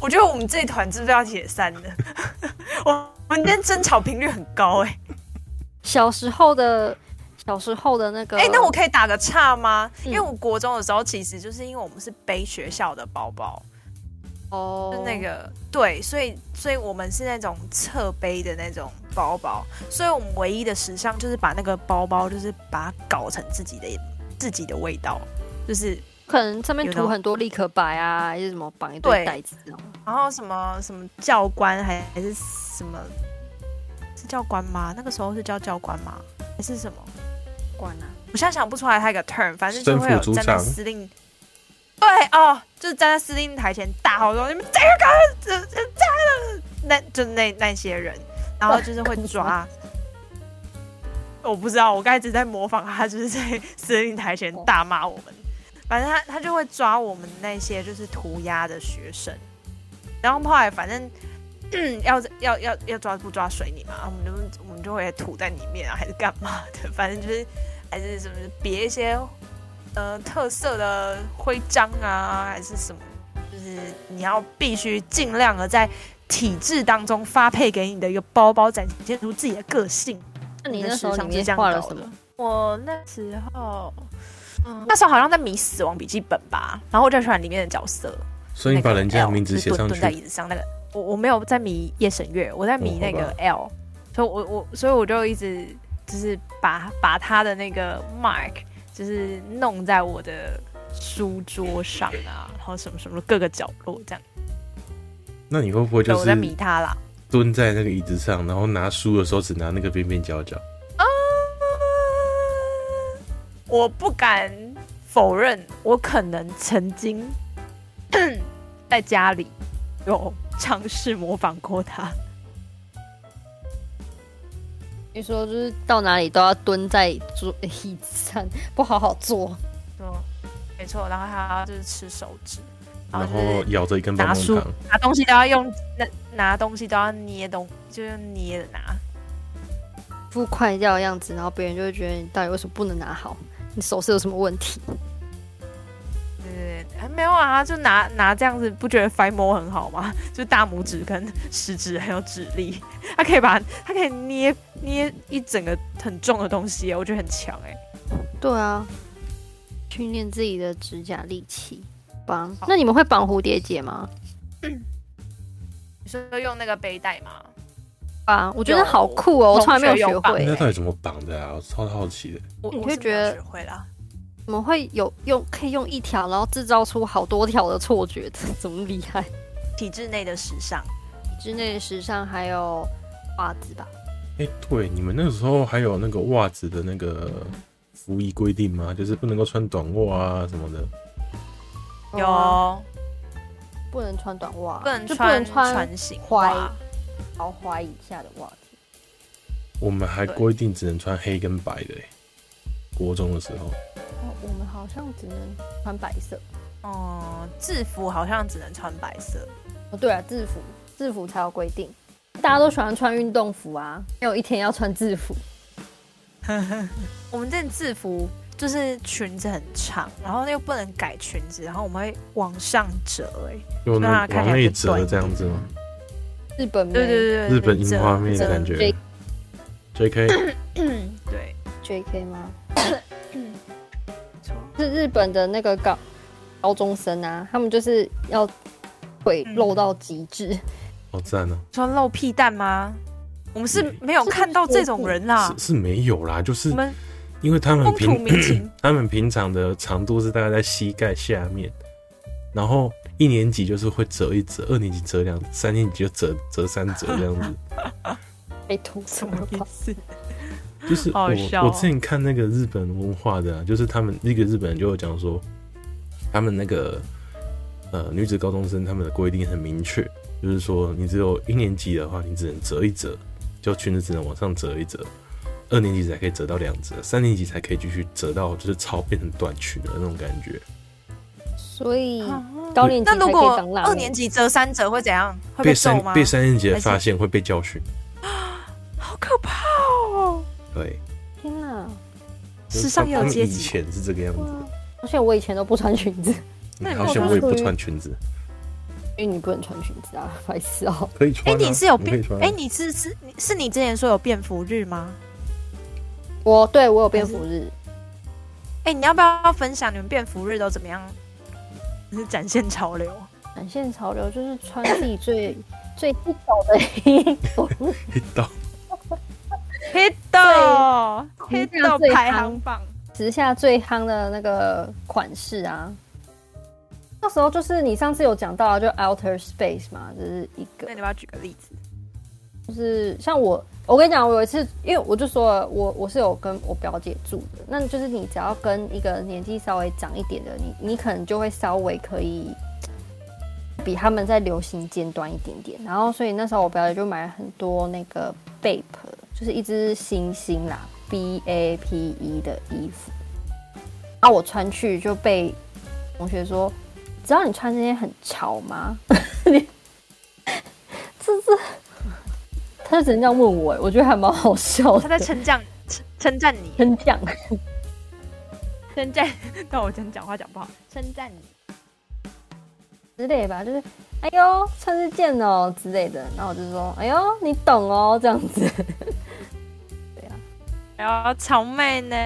[SPEAKER 1] 我觉得我们这一团是不是要解散了？ <laughs> 我我们今天争吵频率很高哎、
[SPEAKER 4] 小时候的小时候的那个，
[SPEAKER 1] 哎、那我可以打个岔吗？
[SPEAKER 4] 嗯
[SPEAKER 1] 因为我国中的时候，其实就是因为我们是背学校的包包，
[SPEAKER 4] 哦
[SPEAKER 1] 就是那个对，所以所以我们是那种侧背的那种包包，所以我们唯一的时尚就是把那个包包就是把它搞成自己的自己的味道，就是
[SPEAKER 4] 可能上面
[SPEAKER 1] 有那
[SPEAKER 4] 涂
[SPEAKER 1] 种
[SPEAKER 4] 很多立可白啊，还是什么绑一堆
[SPEAKER 1] 对
[SPEAKER 4] 袋子那种。
[SPEAKER 1] 然后什么什么教官还还是什么是教官吗？那个时候是叫教官吗？还是什么？
[SPEAKER 4] 管啊，
[SPEAKER 1] 我现在想不出来他一个 term，反正就
[SPEAKER 2] 政
[SPEAKER 1] 会
[SPEAKER 2] 府
[SPEAKER 1] 有
[SPEAKER 2] 组
[SPEAKER 1] 站在
[SPEAKER 2] 长
[SPEAKER 1] 司令，对哦，就是站在司令台前大吼说：“你们这个这这这那就那那些人，然后就是会抓。我不知道，我刚才只是在模仿他，就是在司令台前大骂我们。反正他他就会抓我们那些就是涂鸦的学生，然后后来反正、嗯、要要要要抓不抓水你嘛，我们就我们就会涂在里面啊，还是干嘛的？反正就是还是什么别一些呃特色的徽章啊，还是什么，就是你要必须尽量的在体制当中发配给你的一个包包，展现出自己的个性。
[SPEAKER 4] 那你那时候里
[SPEAKER 1] 我们的时尚是这
[SPEAKER 4] 面
[SPEAKER 1] 样
[SPEAKER 4] 画了
[SPEAKER 1] 搞
[SPEAKER 4] 什
[SPEAKER 1] 的
[SPEAKER 4] 么？
[SPEAKER 1] 我那时候，嗯，那时候好像在迷《死亡笔记本》吧，然后我就喜欢里面的角色。
[SPEAKER 2] 所以你把人家的名字
[SPEAKER 1] 就是
[SPEAKER 2] 写上
[SPEAKER 1] 蹲
[SPEAKER 2] 去
[SPEAKER 1] 蹲在，椅子上那个，我我没有在迷夜神月，我在迷
[SPEAKER 2] 哦
[SPEAKER 1] 那个
[SPEAKER 2] 好吧
[SPEAKER 1] L，、所以我我所以我就一直就是把把他的那个 mark 就是弄在我的书桌上啊，然后什么什么各个角落这样，
[SPEAKER 2] 那你会不会
[SPEAKER 1] 对
[SPEAKER 2] 就
[SPEAKER 1] 我在迷
[SPEAKER 2] 是
[SPEAKER 1] 他啦。
[SPEAKER 2] 蹲在那个椅子上，然后拿书的时候只拿那个边边角
[SPEAKER 1] 哦
[SPEAKER 2] 角？
[SPEAKER 1] 呃我不敢否认，我可能曾经 <clears throat> 在家里有尝试模仿过他。
[SPEAKER 4] 你说就是到哪里都要蹲在桌 <laughs> 椅子上，不好好坐。
[SPEAKER 1] 对，没错。然后他就是吃手指，然
[SPEAKER 2] 然
[SPEAKER 1] 后就是
[SPEAKER 2] 后咬着一根棒
[SPEAKER 1] 拿
[SPEAKER 2] 棒
[SPEAKER 1] 书
[SPEAKER 2] 糖，
[SPEAKER 1] 拿东西都要用拿拿东西都要捏东，就是捏着拿。
[SPEAKER 4] 付快掉的样子，然后别人就会觉得你到底为什么不能拿好？你手是有什么问题？
[SPEAKER 1] 对对对，啊没有啊，就拿拿这样子，不觉得 five more 很好吗？ <laughs> 就大拇指跟食指很有指力，他可以把他可以捏捏一整个很重的东西，我觉得很强哎、
[SPEAKER 4] 对啊，训练自己的指甲力气。绑
[SPEAKER 1] 好，
[SPEAKER 4] 那你们会绑蝴蝶结吗？
[SPEAKER 1] 你说用那个背带吗？
[SPEAKER 4] 绑，啊我觉得
[SPEAKER 1] 有
[SPEAKER 4] 好酷哦，我从来没
[SPEAKER 1] 同
[SPEAKER 4] 有
[SPEAKER 1] 学有
[SPEAKER 4] 学
[SPEAKER 1] 绑
[SPEAKER 4] 会
[SPEAKER 2] 那
[SPEAKER 4] 欸、
[SPEAKER 2] 到底怎么绑的啊？我超好奇的。
[SPEAKER 1] 我
[SPEAKER 4] 你
[SPEAKER 1] 我
[SPEAKER 4] 会
[SPEAKER 1] 是没
[SPEAKER 4] 觉
[SPEAKER 1] 有
[SPEAKER 4] 得
[SPEAKER 1] 学会啦。
[SPEAKER 4] 我们会有用可以用一条，然后制造出好多条的错觉， <laughs> 这怎么厉害？
[SPEAKER 1] 体制内的时尚，
[SPEAKER 4] 之内的时尚还有袜子吧？
[SPEAKER 2] 哎、对，你们那个时候还有那个袜子的那个服役规定吗？就是不能够穿短袜啊什么的。
[SPEAKER 1] 有、哦
[SPEAKER 4] 啊不能穿短袜，
[SPEAKER 1] 不能
[SPEAKER 4] 就
[SPEAKER 1] 穿
[SPEAKER 4] 不能穿
[SPEAKER 1] 船型
[SPEAKER 4] 踝
[SPEAKER 1] 袜
[SPEAKER 4] 高踝以下的袜子。
[SPEAKER 2] 我们还
[SPEAKER 1] 对
[SPEAKER 2] 规定只能穿黑跟白的、欸。国中的时候，
[SPEAKER 4] 哦，我们好像只能穿白色。
[SPEAKER 1] 哦、制服好像只能穿白色。
[SPEAKER 4] 哦，对啊，制服制服才有规定，大家都喜欢穿运动服啊，没有一天要穿制服。
[SPEAKER 1] 我们这件制服就是裙子很长，然后又不能改裙子，然后我们会往上折、哎，
[SPEAKER 2] 就那
[SPEAKER 1] 那看
[SPEAKER 2] 往
[SPEAKER 1] 起来
[SPEAKER 2] 内
[SPEAKER 1] 比较短
[SPEAKER 2] 折
[SPEAKER 1] 一
[SPEAKER 2] 这样子吗？
[SPEAKER 4] 日本妹
[SPEAKER 1] 对对对，
[SPEAKER 2] 日本樱花妹的
[SPEAKER 1] 折
[SPEAKER 2] 感
[SPEAKER 4] 对
[SPEAKER 2] 觉。J.K.
[SPEAKER 1] 对，
[SPEAKER 4] JK 吗？
[SPEAKER 1] 没错，
[SPEAKER 4] <coughs> 是日本的那个高高中生啊，他们就是要腿
[SPEAKER 1] 嗯
[SPEAKER 4] 露到极致，
[SPEAKER 2] 好赞哦、
[SPEAKER 1] 说露屁蛋吗？我们是没有
[SPEAKER 4] 是
[SPEAKER 1] 看到这种人啦，
[SPEAKER 2] 嗯是是没有啦，就是
[SPEAKER 1] 啊我们
[SPEAKER 2] 因为他们
[SPEAKER 1] 风土
[SPEAKER 2] 平
[SPEAKER 1] 民情
[SPEAKER 2] 他们平常的长度是大概在膝盖下面，然后一年级就是会折一折，二年级折两，三年级就折折三折这样
[SPEAKER 1] <laughs>
[SPEAKER 2] 子。
[SPEAKER 4] 被涂什
[SPEAKER 1] 什么
[SPEAKER 4] 么
[SPEAKER 1] 意
[SPEAKER 4] 吧？
[SPEAKER 1] <clears throat> 思？
[SPEAKER 2] 就是
[SPEAKER 1] 好
[SPEAKER 2] 我
[SPEAKER 1] 笑
[SPEAKER 2] 我
[SPEAKER 1] 哦
[SPEAKER 2] 之前看那个日本文化的、啊，就是他们那个日本人就有讲说，他们那个呃女子高中生他们的规定很明确，就是说你只有一年级的话，你只能折一折，就裙子只能往上折一折，二年级才可以折到两折，三年级才可以继续折到就是超变成短裙的那种感觉。
[SPEAKER 4] <laughs> 所以
[SPEAKER 1] 啊
[SPEAKER 4] 高年级
[SPEAKER 1] 那
[SPEAKER 4] 才嗯可
[SPEAKER 1] 如
[SPEAKER 4] 以
[SPEAKER 1] 果
[SPEAKER 4] 当辣妹
[SPEAKER 1] 二年级折三折会怎样？会
[SPEAKER 2] 被
[SPEAKER 1] 揍
[SPEAKER 2] 三
[SPEAKER 1] 吗？
[SPEAKER 2] 被三年级
[SPEAKER 1] 还是
[SPEAKER 2] 发现会被教训。
[SPEAKER 1] 好可怕哦！
[SPEAKER 2] 对，
[SPEAKER 4] 天哪！
[SPEAKER 1] 时尚也有
[SPEAKER 2] 他们
[SPEAKER 1] 阶
[SPEAKER 2] 以
[SPEAKER 1] 级。
[SPEAKER 2] 前是这个样子的。嗯
[SPEAKER 4] 而且我以前都不穿裙子，
[SPEAKER 1] 那你
[SPEAKER 2] 好
[SPEAKER 1] 们
[SPEAKER 2] 险
[SPEAKER 1] 都
[SPEAKER 2] 我也
[SPEAKER 4] 属
[SPEAKER 2] 不
[SPEAKER 4] 于
[SPEAKER 2] 穿裙子，
[SPEAKER 4] 因为你不能穿裙子啊， <laughs> 白痴哦、
[SPEAKER 2] 可以穿
[SPEAKER 1] 哎、
[SPEAKER 2] 啊。
[SPEAKER 1] 你是有
[SPEAKER 2] 可以
[SPEAKER 1] 变？
[SPEAKER 2] 穿啊。
[SPEAKER 1] 哎、你是是你是你之前说有便服日吗？
[SPEAKER 4] 我对我有蝙蝠日，
[SPEAKER 1] 哎、你要不要分享你们便服日都怎么样？ <laughs> 是展现潮流？
[SPEAKER 4] 展现潮流就是穿自己最最低手的衣服，
[SPEAKER 2] 一刀
[SPEAKER 1] 黑豆黑豆
[SPEAKER 4] 最夯
[SPEAKER 1] 排行榜，
[SPEAKER 4] 时下最夯的那个款式啊。那时候就是你上次有讲到、啊，就 Outer Space 嘛，这、是一个
[SPEAKER 1] 那你要不要举个例子？
[SPEAKER 4] 就是像我，我跟你讲，我有一次，因为我就说了我我是有跟我表姐住的，那就是你只要跟一个年纪稍微长一点的，你你可能就会稍微可以比他们在流行尖端一点点。然后所以那时候我表姐就买了很多那个 Bape，就是一只星星啦，B A P E 的衣服。啊，我穿去就被同学说，知道你穿这些很潮吗？你这这。他就只能这样问我，我觉得还蛮好笑的。
[SPEAKER 1] 他在称赞称称赞你，
[SPEAKER 4] 称讲，
[SPEAKER 1] 称赞。 <laughs> 但我今天讲话讲不好，称赞你。
[SPEAKER 4] 之类吧，就是哎呦穿这件哦之类的，然后我就说哎呦你懂哦这样子，
[SPEAKER 1] <laughs> 然后潮哎妹呢？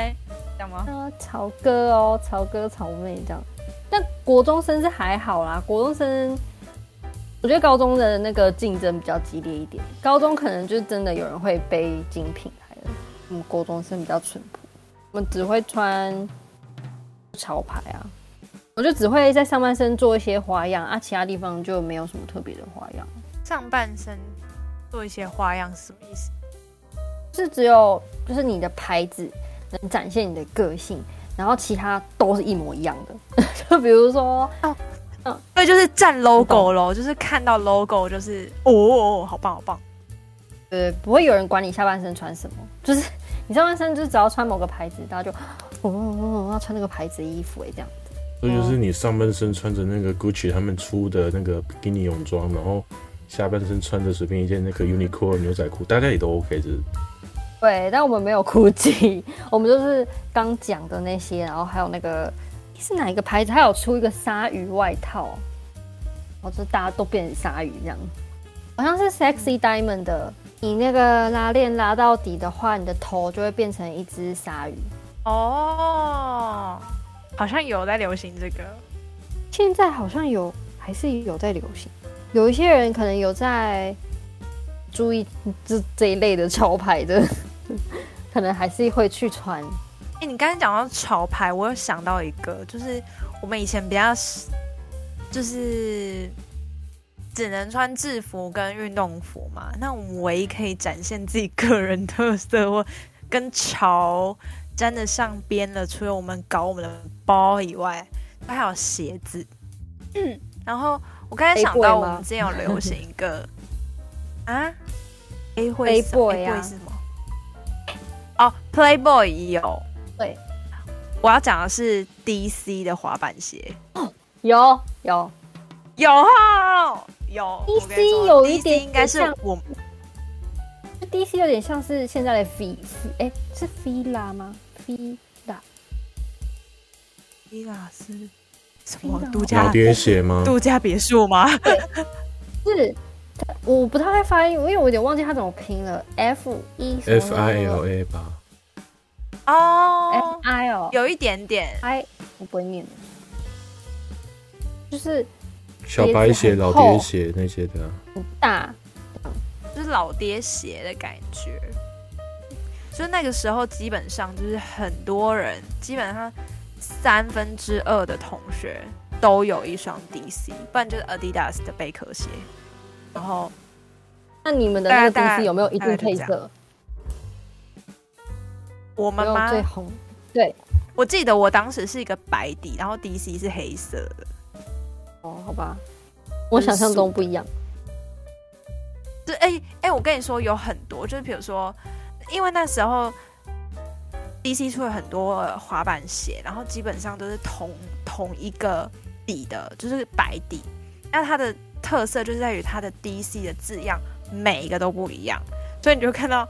[SPEAKER 1] 讲吗？
[SPEAKER 4] 啊曹哥哦曹哥曹妹这样。但国中生是还好啦，国中生我觉得高中的那个竞争比较激烈一点，高中可能就真的有人会背精品来了，我们国中生比较淳朴，我们只会穿潮牌啊。我就只会在上半身做一些花样啊，其他地方就没有什么特别的花样。
[SPEAKER 1] 上半身做一些花样是什么意思？
[SPEAKER 4] 是只有就是你的牌子能展现你的个性，然后其他都是一模一样的。 <laughs> 就比如说，
[SPEAKER 1] 对，就是站 logo 咯，就是看到 logo 就是哦哦哦，好棒好棒。
[SPEAKER 4] 呃，不会有人管你下半身穿什么，就是你上半身就只要穿某个牌子，大家就哦哦哦，要穿那个牌子的衣服哎，这样
[SPEAKER 2] 所以就是你上半身穿着那个 Gucci 他们出的那个比基尼泳装，然后下半身穿着随便一件那个 Uniqlo 的牛仔裤，大家也都 OK，就是
[SPEAKER 4] 对，但我们没有哭泣，我们就是刚讲的那些，然后还有那个是哪一个牌子，还有出一个鲨鱼外套，然后就大家都变成鲨鱼这样，好像是 Sexy Diamond 的，你那个拉链拉到底的话，你的头就会变成一只鲨鱼。
[SPEAKER 1] 哦，好像有在流行这个。
[SPEAKER 4] 现在好像有还是有在流行，有一些人可能有在注意这这一类的潮牌的， <laughs> 可能还是会去穿。
[SPEAKER 1] 哎、你刚才讲到潮牌，我有想到一个，就是我们以前比较是，就是只能穿制服跟运动服嘛。那我们唯一可以展现自己个人特色或跟潮沾得上边的，除了我们搞我们的包以外，还有鞋子。然后我刚才想
[SPEAKER 4] 黑
[SPEAKER 1] 到，
[SPEAKER 4] 贵
[SPEAKER 1] 我
[SPEAKER 4] 吗
[SPEAKER 1] 们之前有流行一个啊，A 会
[SPEAKER 4] 黑
[SPEAKER 1] 是什么
[SPEAKER 4] boy
[SPEAKER 1] A
[SPEAKER 4] 啊
[SPEAKER 1] 会是什么？哦，Playboy 也有。
[SPEAKER 4] 对，
[SPEAKER 1] 我要讲的是 DC 的滑板鞋，
[SPEAKER 4] 有有，
[SPEAKER 1] 有哈有。我跟你说
[SPEAKER 4] DC 有一
[SPEAKER 1] DC
[SPEAKER 4] 点
[SPEAKER 1] 应该是
[SPEAKER 4] 像
[SPEAKER 1] 我
[SPEAKER 4] DC 有点像是现在的 V，哎、是 V 拉吗？V 拉
[SPEAKER 1] 伊拉斯什么
[SPEAKER 4] 听到
[SPEAKER 1] 度假
[SPEAKER 2] 老爹鞋吗？
[SPEAKER 1] 度假别墅吗？
[SPEAKER 4] 是，它我不太会发音，因为我有点忘记它怎么拼了。F E
[SPEAKER 2] F I L A 吧，
[SPEAKER 1] 哦哎
[SPEAKER 4] F，I 哦
[SPEAKER 1] 有一点点
[SPEAKER 4] I，我不会念的，就是
[SPEAKER 2] 小白鞋、
[SPEAKER 4] 很
[SPEAKER 2] 老
[SPEAKER 4] 厚
[SPEAKER 2] 爹鞋那些的啊、
[SPEAKER 4] 大
[SPEAKER 1] 就是老爹鞋的感觉。就那个时候，基本上就是很多人，基本上三分之二的同学都有一双 DC，不然就是 Adidas 的贝壳鞋。然后
[SPEAKER 4] 那你们的那个
[SPEAKER 1] 大概
[SPEAKER 4] DC 有没有一
[SPEAKER 1] 大概
[SPEAKER 4] 定
[SPEAKER 1] 就
[SPEAKER 4] 配
[SPEAKER 1] 这样
[SPEAKER 4] 色？
[SPEAKER 1] 我
[SPEAKER 4] 没
[SPEAKER 1] 们
[SPEAKER 4] 有
[SPEAKER 1] 吗？
[SPEAKER 4] 最红，
[SPEAKER 1] 我记得我当时是一个白底，然后 DC 是黑色的，
[SPEAKER 4] 哦，好吧，我想象中不一样。
[SPEAKER 1] 就哎哎、我跟你说有很多，就是比如说，因为那时候 DC 出了很多呃滑板鞋，然后基本上都是同同一个底的，就是白底。那它的特色就是在于它的 DC 的字样每一个都不一样，所以你就会看到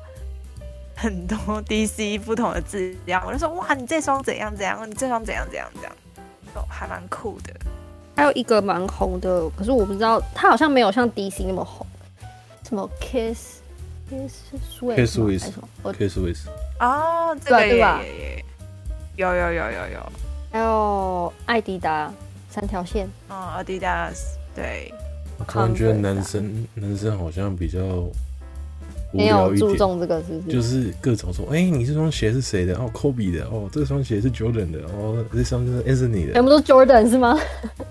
[SPEAKER 1] 很多 DC 不同的字样。我就说哇，你这双怎样怎样，你这双怎样怎样怎样，哦，还蛮酷的。
[SPEAKER 3] 还有一个蛮红的，可是我不知道，它好像没有像 DC 那么红。什么 Kiss Kiss Swiss
[SPEAKER 2] Kiss
[SPEAKER 3] 吗
[SPEAKER 2] Swiss
[SPEAKER 3] 还是什么？我
[SPEAKER 2] 可以说一次，
[SPEAKER 1] 哦，这
[SPEAKER 3] 对啊
[SPEAKER 1] 个也
[SPEAKER 3] 对吧
[SPEAKER 1] 也也有有有有有，
[SPEAKER 3] 还有艾迪达三条线，
[SPEAKER 1] 嗯，Adidas 对，
[SPEAKER 2] 我突然觉得男生男生好像比较无
[SPEAKER 3] 没
[SPEAKER 2] 聊
[SPEAKER 3] 有
[SPEAKER 2] 一
[SPEAKER 3] 注
[SPEAKER 2] 点，
[SPEAKER 3] 重这个是不是？
[SPEAKER 2] 就是各种说，哎、你这双鞋是谁的？哦，Kobe 的，哦，这双鞋是 Jordan 的，哦，这双是 Anthony 的
[SPEAKER 3] 全，部都 Jordan 是吗？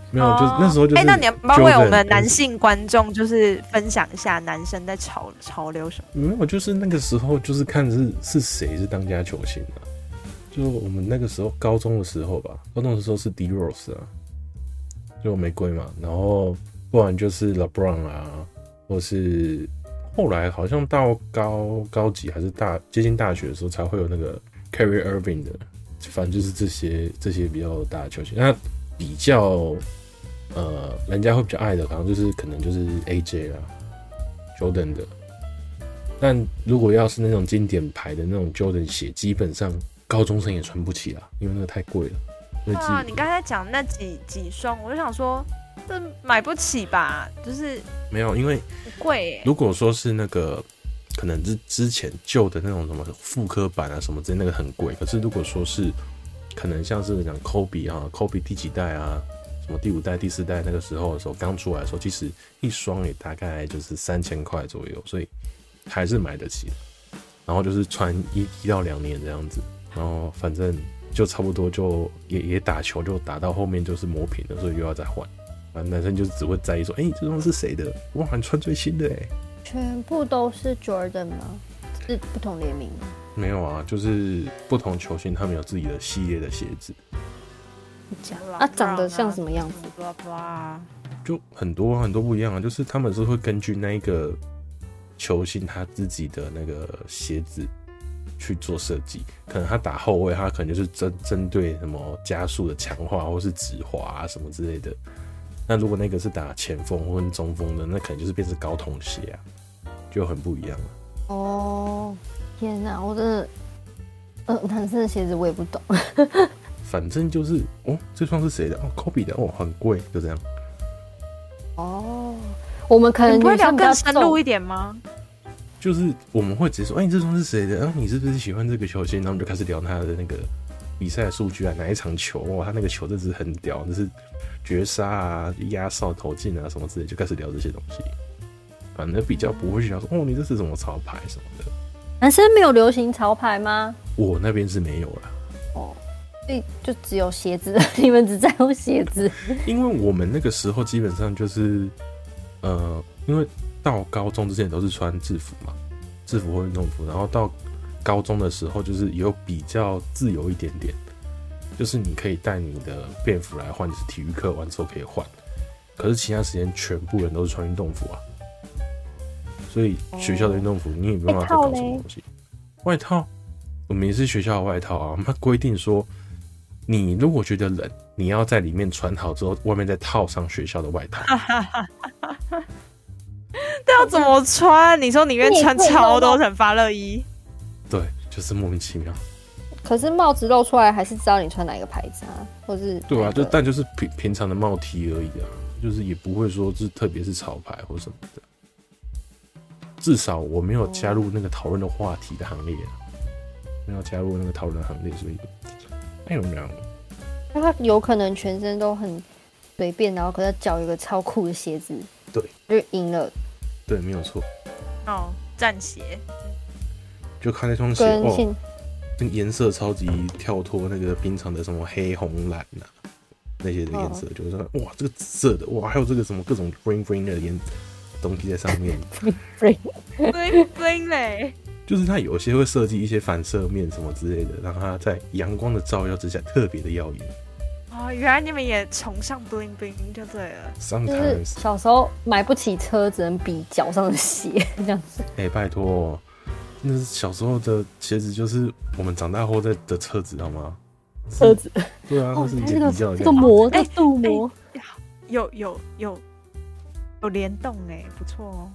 [SPEAKER 2] 没有，就是
[SPEAKER 1] 呃哦
[SPEAKER 2] 那时候就是。
[SPEAKER 1] 哎，那你要不要为我
[SPEAKER 2] Jordan
[SPEAKER 1] 们男性观众就是分享一下男生在潮潮流什么？
[SPEAKER 2] 没有，就是那个时候就是看是是谁是当家球星啊。就我们那个时候高中的时候吧，高中的时候是 D Rose 啊，就玫瑰嘛，然后不然就是 LeBron 啊，或是后来好像到高高级还是大接近大学的时候才会有那个 Carrie Irving 的，反正就是这些这些比较大的球星。那比较呃，人家会比较爱的，好像就是可能就是 AJ 啦，Jordan 的，但如果要是那种经典牌的那种 Jordan 鞋，基本上高中生也穿不起啦，啊因为那个太贵了。那基
[SPEAKER 1] 啊，你刚才讲那几几双，我就想说，这买不起吧？就是
[SPEAKER 2] 没有，因为
[SPEAKER 1] 很贵欸耶、
[SPEAKER 2] 如果说是那个可能是之前旧的那种什么复刻版啊什么之类，那个很贵。可是如果说是可能像是讲 Kobe 啊，Kobe 第几代啊，什么第五代、第四代那个时候的时候刚出来的时候，其实一双也大概就是三千块左右，所以还是买得起的。然后就是穿一一到两年这样子，然后反正就差不多就也也打球就打到后面就是磨平了，所以又要再换。啊，男生就只会在意说，哎、这双是谁的？哇，你穿最新的哎、
[SPEAKER 3] <laughs> 全部都是 Jordan 吗？是不同联名吗？
[SPEAKER 2] 没有啊，就是不同球星他们有自己的系列的鞋子，
[SPEAKER 3] 不讲啊，长得像什么样子？
[SPEAKER 1] 哇哇，
[SPEAKER 2] 就很多啊很多不一样啊。就是他们是会根据那一个球星他自己的那个鞋子去做设计，可能他打后卫，他可能就是针针对什么加速的强化或是直滑啊什么之类的。那如果那个是打前锋或者中锋的，那可能就是变成高筒鞋啊，就很不一样了。
[SPEAKER 3] 哦，天哪，我真的，呃，男生的鞋子我也不懂。
[SPEAKER 2] 反正就是哦，这双是谁的？哦，Kobe 的哦，很贵，就这样。
[SPEAKER 3] 哦，我们可能
[SPEAKER 1] 你不会
[SPEAKER 3] 女
[SPEAKER 1] 聊
[SPEAKER 3] 生比较
[SPEAKER 1] 更深入
[SPEAKER 3] 重
[SPEAKER 1] 一点吗？
[SPEAKER 2] 就是我们会直接说，哎、你这双是谁的？然、后你是不是喜欢这个球星？然后我们就开始聊他的那个比赛数据啊，哪一场球哇，他那个球真是很屌，就是绝杀啊、压哨投进啊什么之类，就开始聊这些东西。反正比较不会去聊说，哦，你这是什么潮牌什么的。
[SPEAKER 3] 男生没有流行潮牌吗？
[SPEAKER 2] 我那边是没有啦，
[SPEAKER 3] 哦，所以就只有鞋子， <laughs> 你们只在乎鞋子。
[SPEAKER 2] 因为我们那个时候基本上就是，呃，因为到高中之前都是穿制服嘛，制服或运动服，然后到高中的时候就是有比较自由一点点，就是你可以带你的便服来换，就是体育课完之后可以换，可是其他时间全部人都是穿运动服啊，所以学校的运动服你也没办法再搞什么东西。外套，我们也是学校的外套啊，它规定说，你如果觉得冷，你要在里面穿好之后，外面再套上学校的外套。
[SPEAKER 1] 这啊要怎么穿？你说里面穿
[SPEAKER 3] 那你会
[SPEAKER 1] 超多层发热衣，
[SPEAKER 2] 对，就是莫名其妙。
[SPEAKER 3] 可是帽子露出来，还是知道你穿哪一个牌子啊，或是
[SPEAKER 2] 对啊，
[SPEAKER 3] 哪
[SPEAKER 2] 就
[SPEAKER 3] 个
[SPEAKER 2] 但就是平平常的帽 T 而已啊，就是也不会说是特别是潮牌或什么的。至少我没有加入那个讨论的话题的行列啊，没有加入那个讨论的行列，所以哎呦，然
[SPEAKER 3] 他有可能全身都很随便，然后可是脚有一个超酷的鞋子，
[SPEAKER 2] 对，
[SPEAKER 3] 就赢了。
[SPEAKER 2] 对，没有错，
[SPEAKER 1] 哦，战 <laughs> 鞋，
[SPEAKER 2] 就看那双鞋
[SPEAKER 3] 跟
[SPEAKER 2] 哦
[SPEAKER 3] 现，
[SPEAKER 2] 那个颜色超级跳脱那个平常的什么黑红蓝呐、那些的颜
[SPEAKER 3] 哦
[SPEAKER 2] 色，就是说哇这个紫色的哇，还有这个什么各种 bling bling 的颜东西在上面，
[SPEAKER 1] bling bling <laughs> 嘞，
[SPEAKER 2] 就是它有些会设计一些反射面什么之类的，让它在阳光的照耀之下特别的耀眼。
[SPEAKER 1] 哦，原来你们也崇尚 bling bling 就对了。
[SPEAKER 3] 就是
[SPEAKER 2] Sometimes，
[SPEAKER 3] 小时候买不起车，只能比脚上的鞋 <laughs> 这样子。
[SPEAKER 2] 哎、拜托，那是小时候的鞋子，就是我们长大后在的车子，好吗？
[SPEAKER 3] 车子
[SPEAKER 2] 对啊，那
[SPEAKER 3] 哦
[SPEAKER 2] 是，你
[SPEAKER 3] 它
[SPEAKER 2] 的
[SPEAKER 3] 这个
[SPEAKER 2] 比较的
[SPEAKER 3] 这
[SPEAKER 2] 概
[SPEAKER 3] 个
[SPEAKER 2] 念
[SPEAKER 3] 膜，这
[SPEAKER 1] 哎
[SPEAKER 3] 个镀膜，
[SPEAKER 1] 有有有有联动哎、不错哦。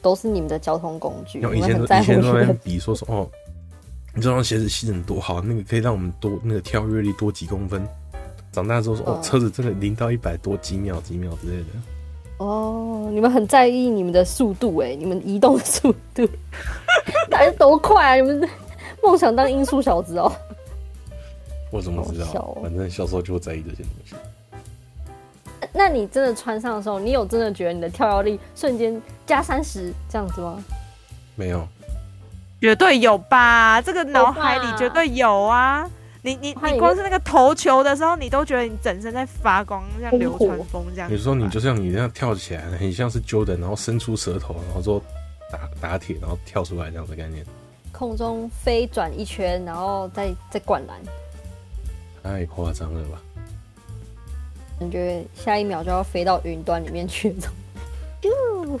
[SPEAKER 4] 都是你们的交通工具，
[SPEAKER 2] 然后
[SPEAKER 4] 你
[SPEAKER 2] 以前
[SPEAKER 4] 们
[SPEAKER 2] 都以
[SPEAKER 4] 很在乎
[SPEAKER 2] 前
[SPEAKER 4] 你
[SPEAKER 2] 都在那边
[SPEAKER 4] 们。
[SPEAKER 2] 比说说哦，你知道鞋子吸尘多好，那个可以让我们多那个跳跃力多几公分。长大之后说哦，
[SPEAKER 4] 嗯
[SPEAKER 2] 车子真的零到一百多几秒几秒之类的。
[SPEAKER 4] 哦，你们很在意你们的速度哎、你们移动的速 <laughs> 度，到底是多快啊？你们梦想当音速小子哦。
[SPEAKER 2] 我怎么知
[SPEAKER 4] 好笑
[SPEAKER 2] 道
[SPEAKER 4] 哦？
[SPEAKER 2] 反正小时候就会在意这些东西。
[SPEAKER 4] <laughs> 那你真的穿上的时候，你有真的觉得你的跳跃力瞬间加三十这样子吗？
[SPEAKER 2] 没有，
[SPEAKER 1] 绝对有吧？这个脑海
[SPEAKER 4] 有吧
[SPEAKER 1] 里绝对有啊！你你
[SPEAKER 4] 脑海里
[SPEAKER 1] 你光是那个投球的时候，你都觉得你整身在发光，像
[SPEAKER 4] 烽
[SPEAKER 1] 流
[SPEAKER 4] 火
[SPEAKER 1] 川枫这样子吧。
[SPEAKER 2] 有时候你就像你那样跳起来， <laughs> 很像是 Jordan，然后伸出舌头，然后说打打铁，然后跳出来这样的概念，
[SPEAKER 4] 空中飞转一圈，然后再再灌篮，
[SPEAKER 2] 太夸张了吧？
[SPEAKER 4] 感觉下一秒就要飞到云端里面去那种。咻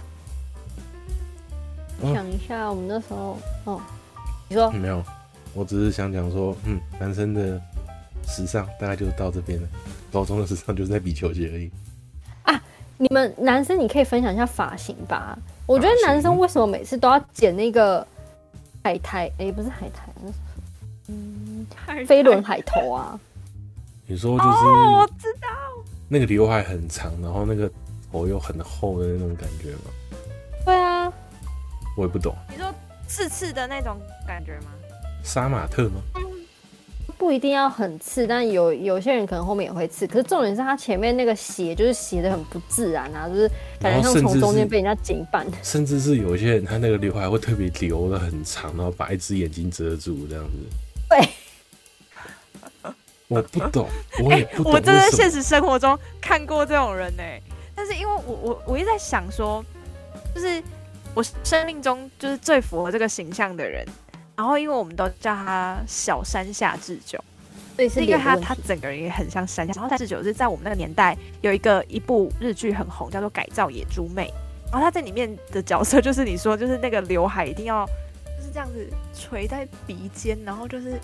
[SPEAKER 2] 嗯
[SPEAKER 4] 想一下，我们那时候，哦，你说
[SPEAKER 2] 没有，我只是想讲说，嗯，男生的时尚大概就到这边了，高中的时尚就是在比球鞋而已。
[SPEAKER 4] 你们男生，你可以分享一下发型吧。我觉得男
[SPEAKER 2] 发
[SPEAKER 4] 生
[SPEAKER 2] 型
[SPEAKER 4] 为什么每次都要剪那个海苔？哎、不是海苔，那是飞轮海头啊。
[SPEAKER 2] 你说就
[SPEAKER 1] 哦，我
[SPEAKER 2] 是
[SPEAKER 1] 知道，
[SPEAKER 2] 那个刘海很长，然后那个头又很厚的那种感觉吗？
[SPEAKER 4] 对啊，
[SPEAKER 2] 我也不懂，
[SPEAKER 1] 你说刺刺的那种感觉吗？
[SPEAKER 2] 杀马特吗？
[SPEAKER 4] 不一定要很刺，但有有些人可能后面也会刺。可是重点是他前面那个斜，就是斜的很不自然啊，就是感觉
[SPEAKER 2] 然后
[SPEAKER 4] 像
[SPEAKER 2] 甚
[SPEAKER 4] 从
[SPEAKER 2] 至
[SPEAKER 4] 中间
[SPEAKER 2] 是
[SPEAKER 4] 被人家剪一半。
[SPEAKER 2] 甚至是有一些人他那个刘海会特别留的很长，然后把一只眼睛遮住这样子。
[SPEAKER 4] 对，
[SPEAKER 2] <laughs> 我不
[SPEAKER 1] <laughs>
[SPEAKER 2] 懂，我也不懂
[SPEAKER 1] 哎我
[SPEAKER 2] 为
[SPEAKER 1] 真的
[SPEAKER 2] 什
[SPEAKER 1] 现
[SPEAKER 2] 么。
[SPEAKER 1] 实生活中看过这种人呢、但是因为我我我一直在想说，就是我生命中就是最符合这个形象的人，然后因为我们都叫他小山下智久，
[SPEAKER 4] 所以是
[SPEAKER 1] 是因为
[SPEAKER 4] 脸
[SPEAKER 1] 他
[SPEAKER 4] 的问
[SPEAKER 1] 他
[SPEAKER 4] 题
[SPEAKER 1] 整个人也很像山下，然后山下智久是在我们那个年代有一个一部日剧很红，叫做《改造野猪妹》，然后他在里面的角色就是你说就是那个刘海一定要就是这样子垂在鼻尖，然后就是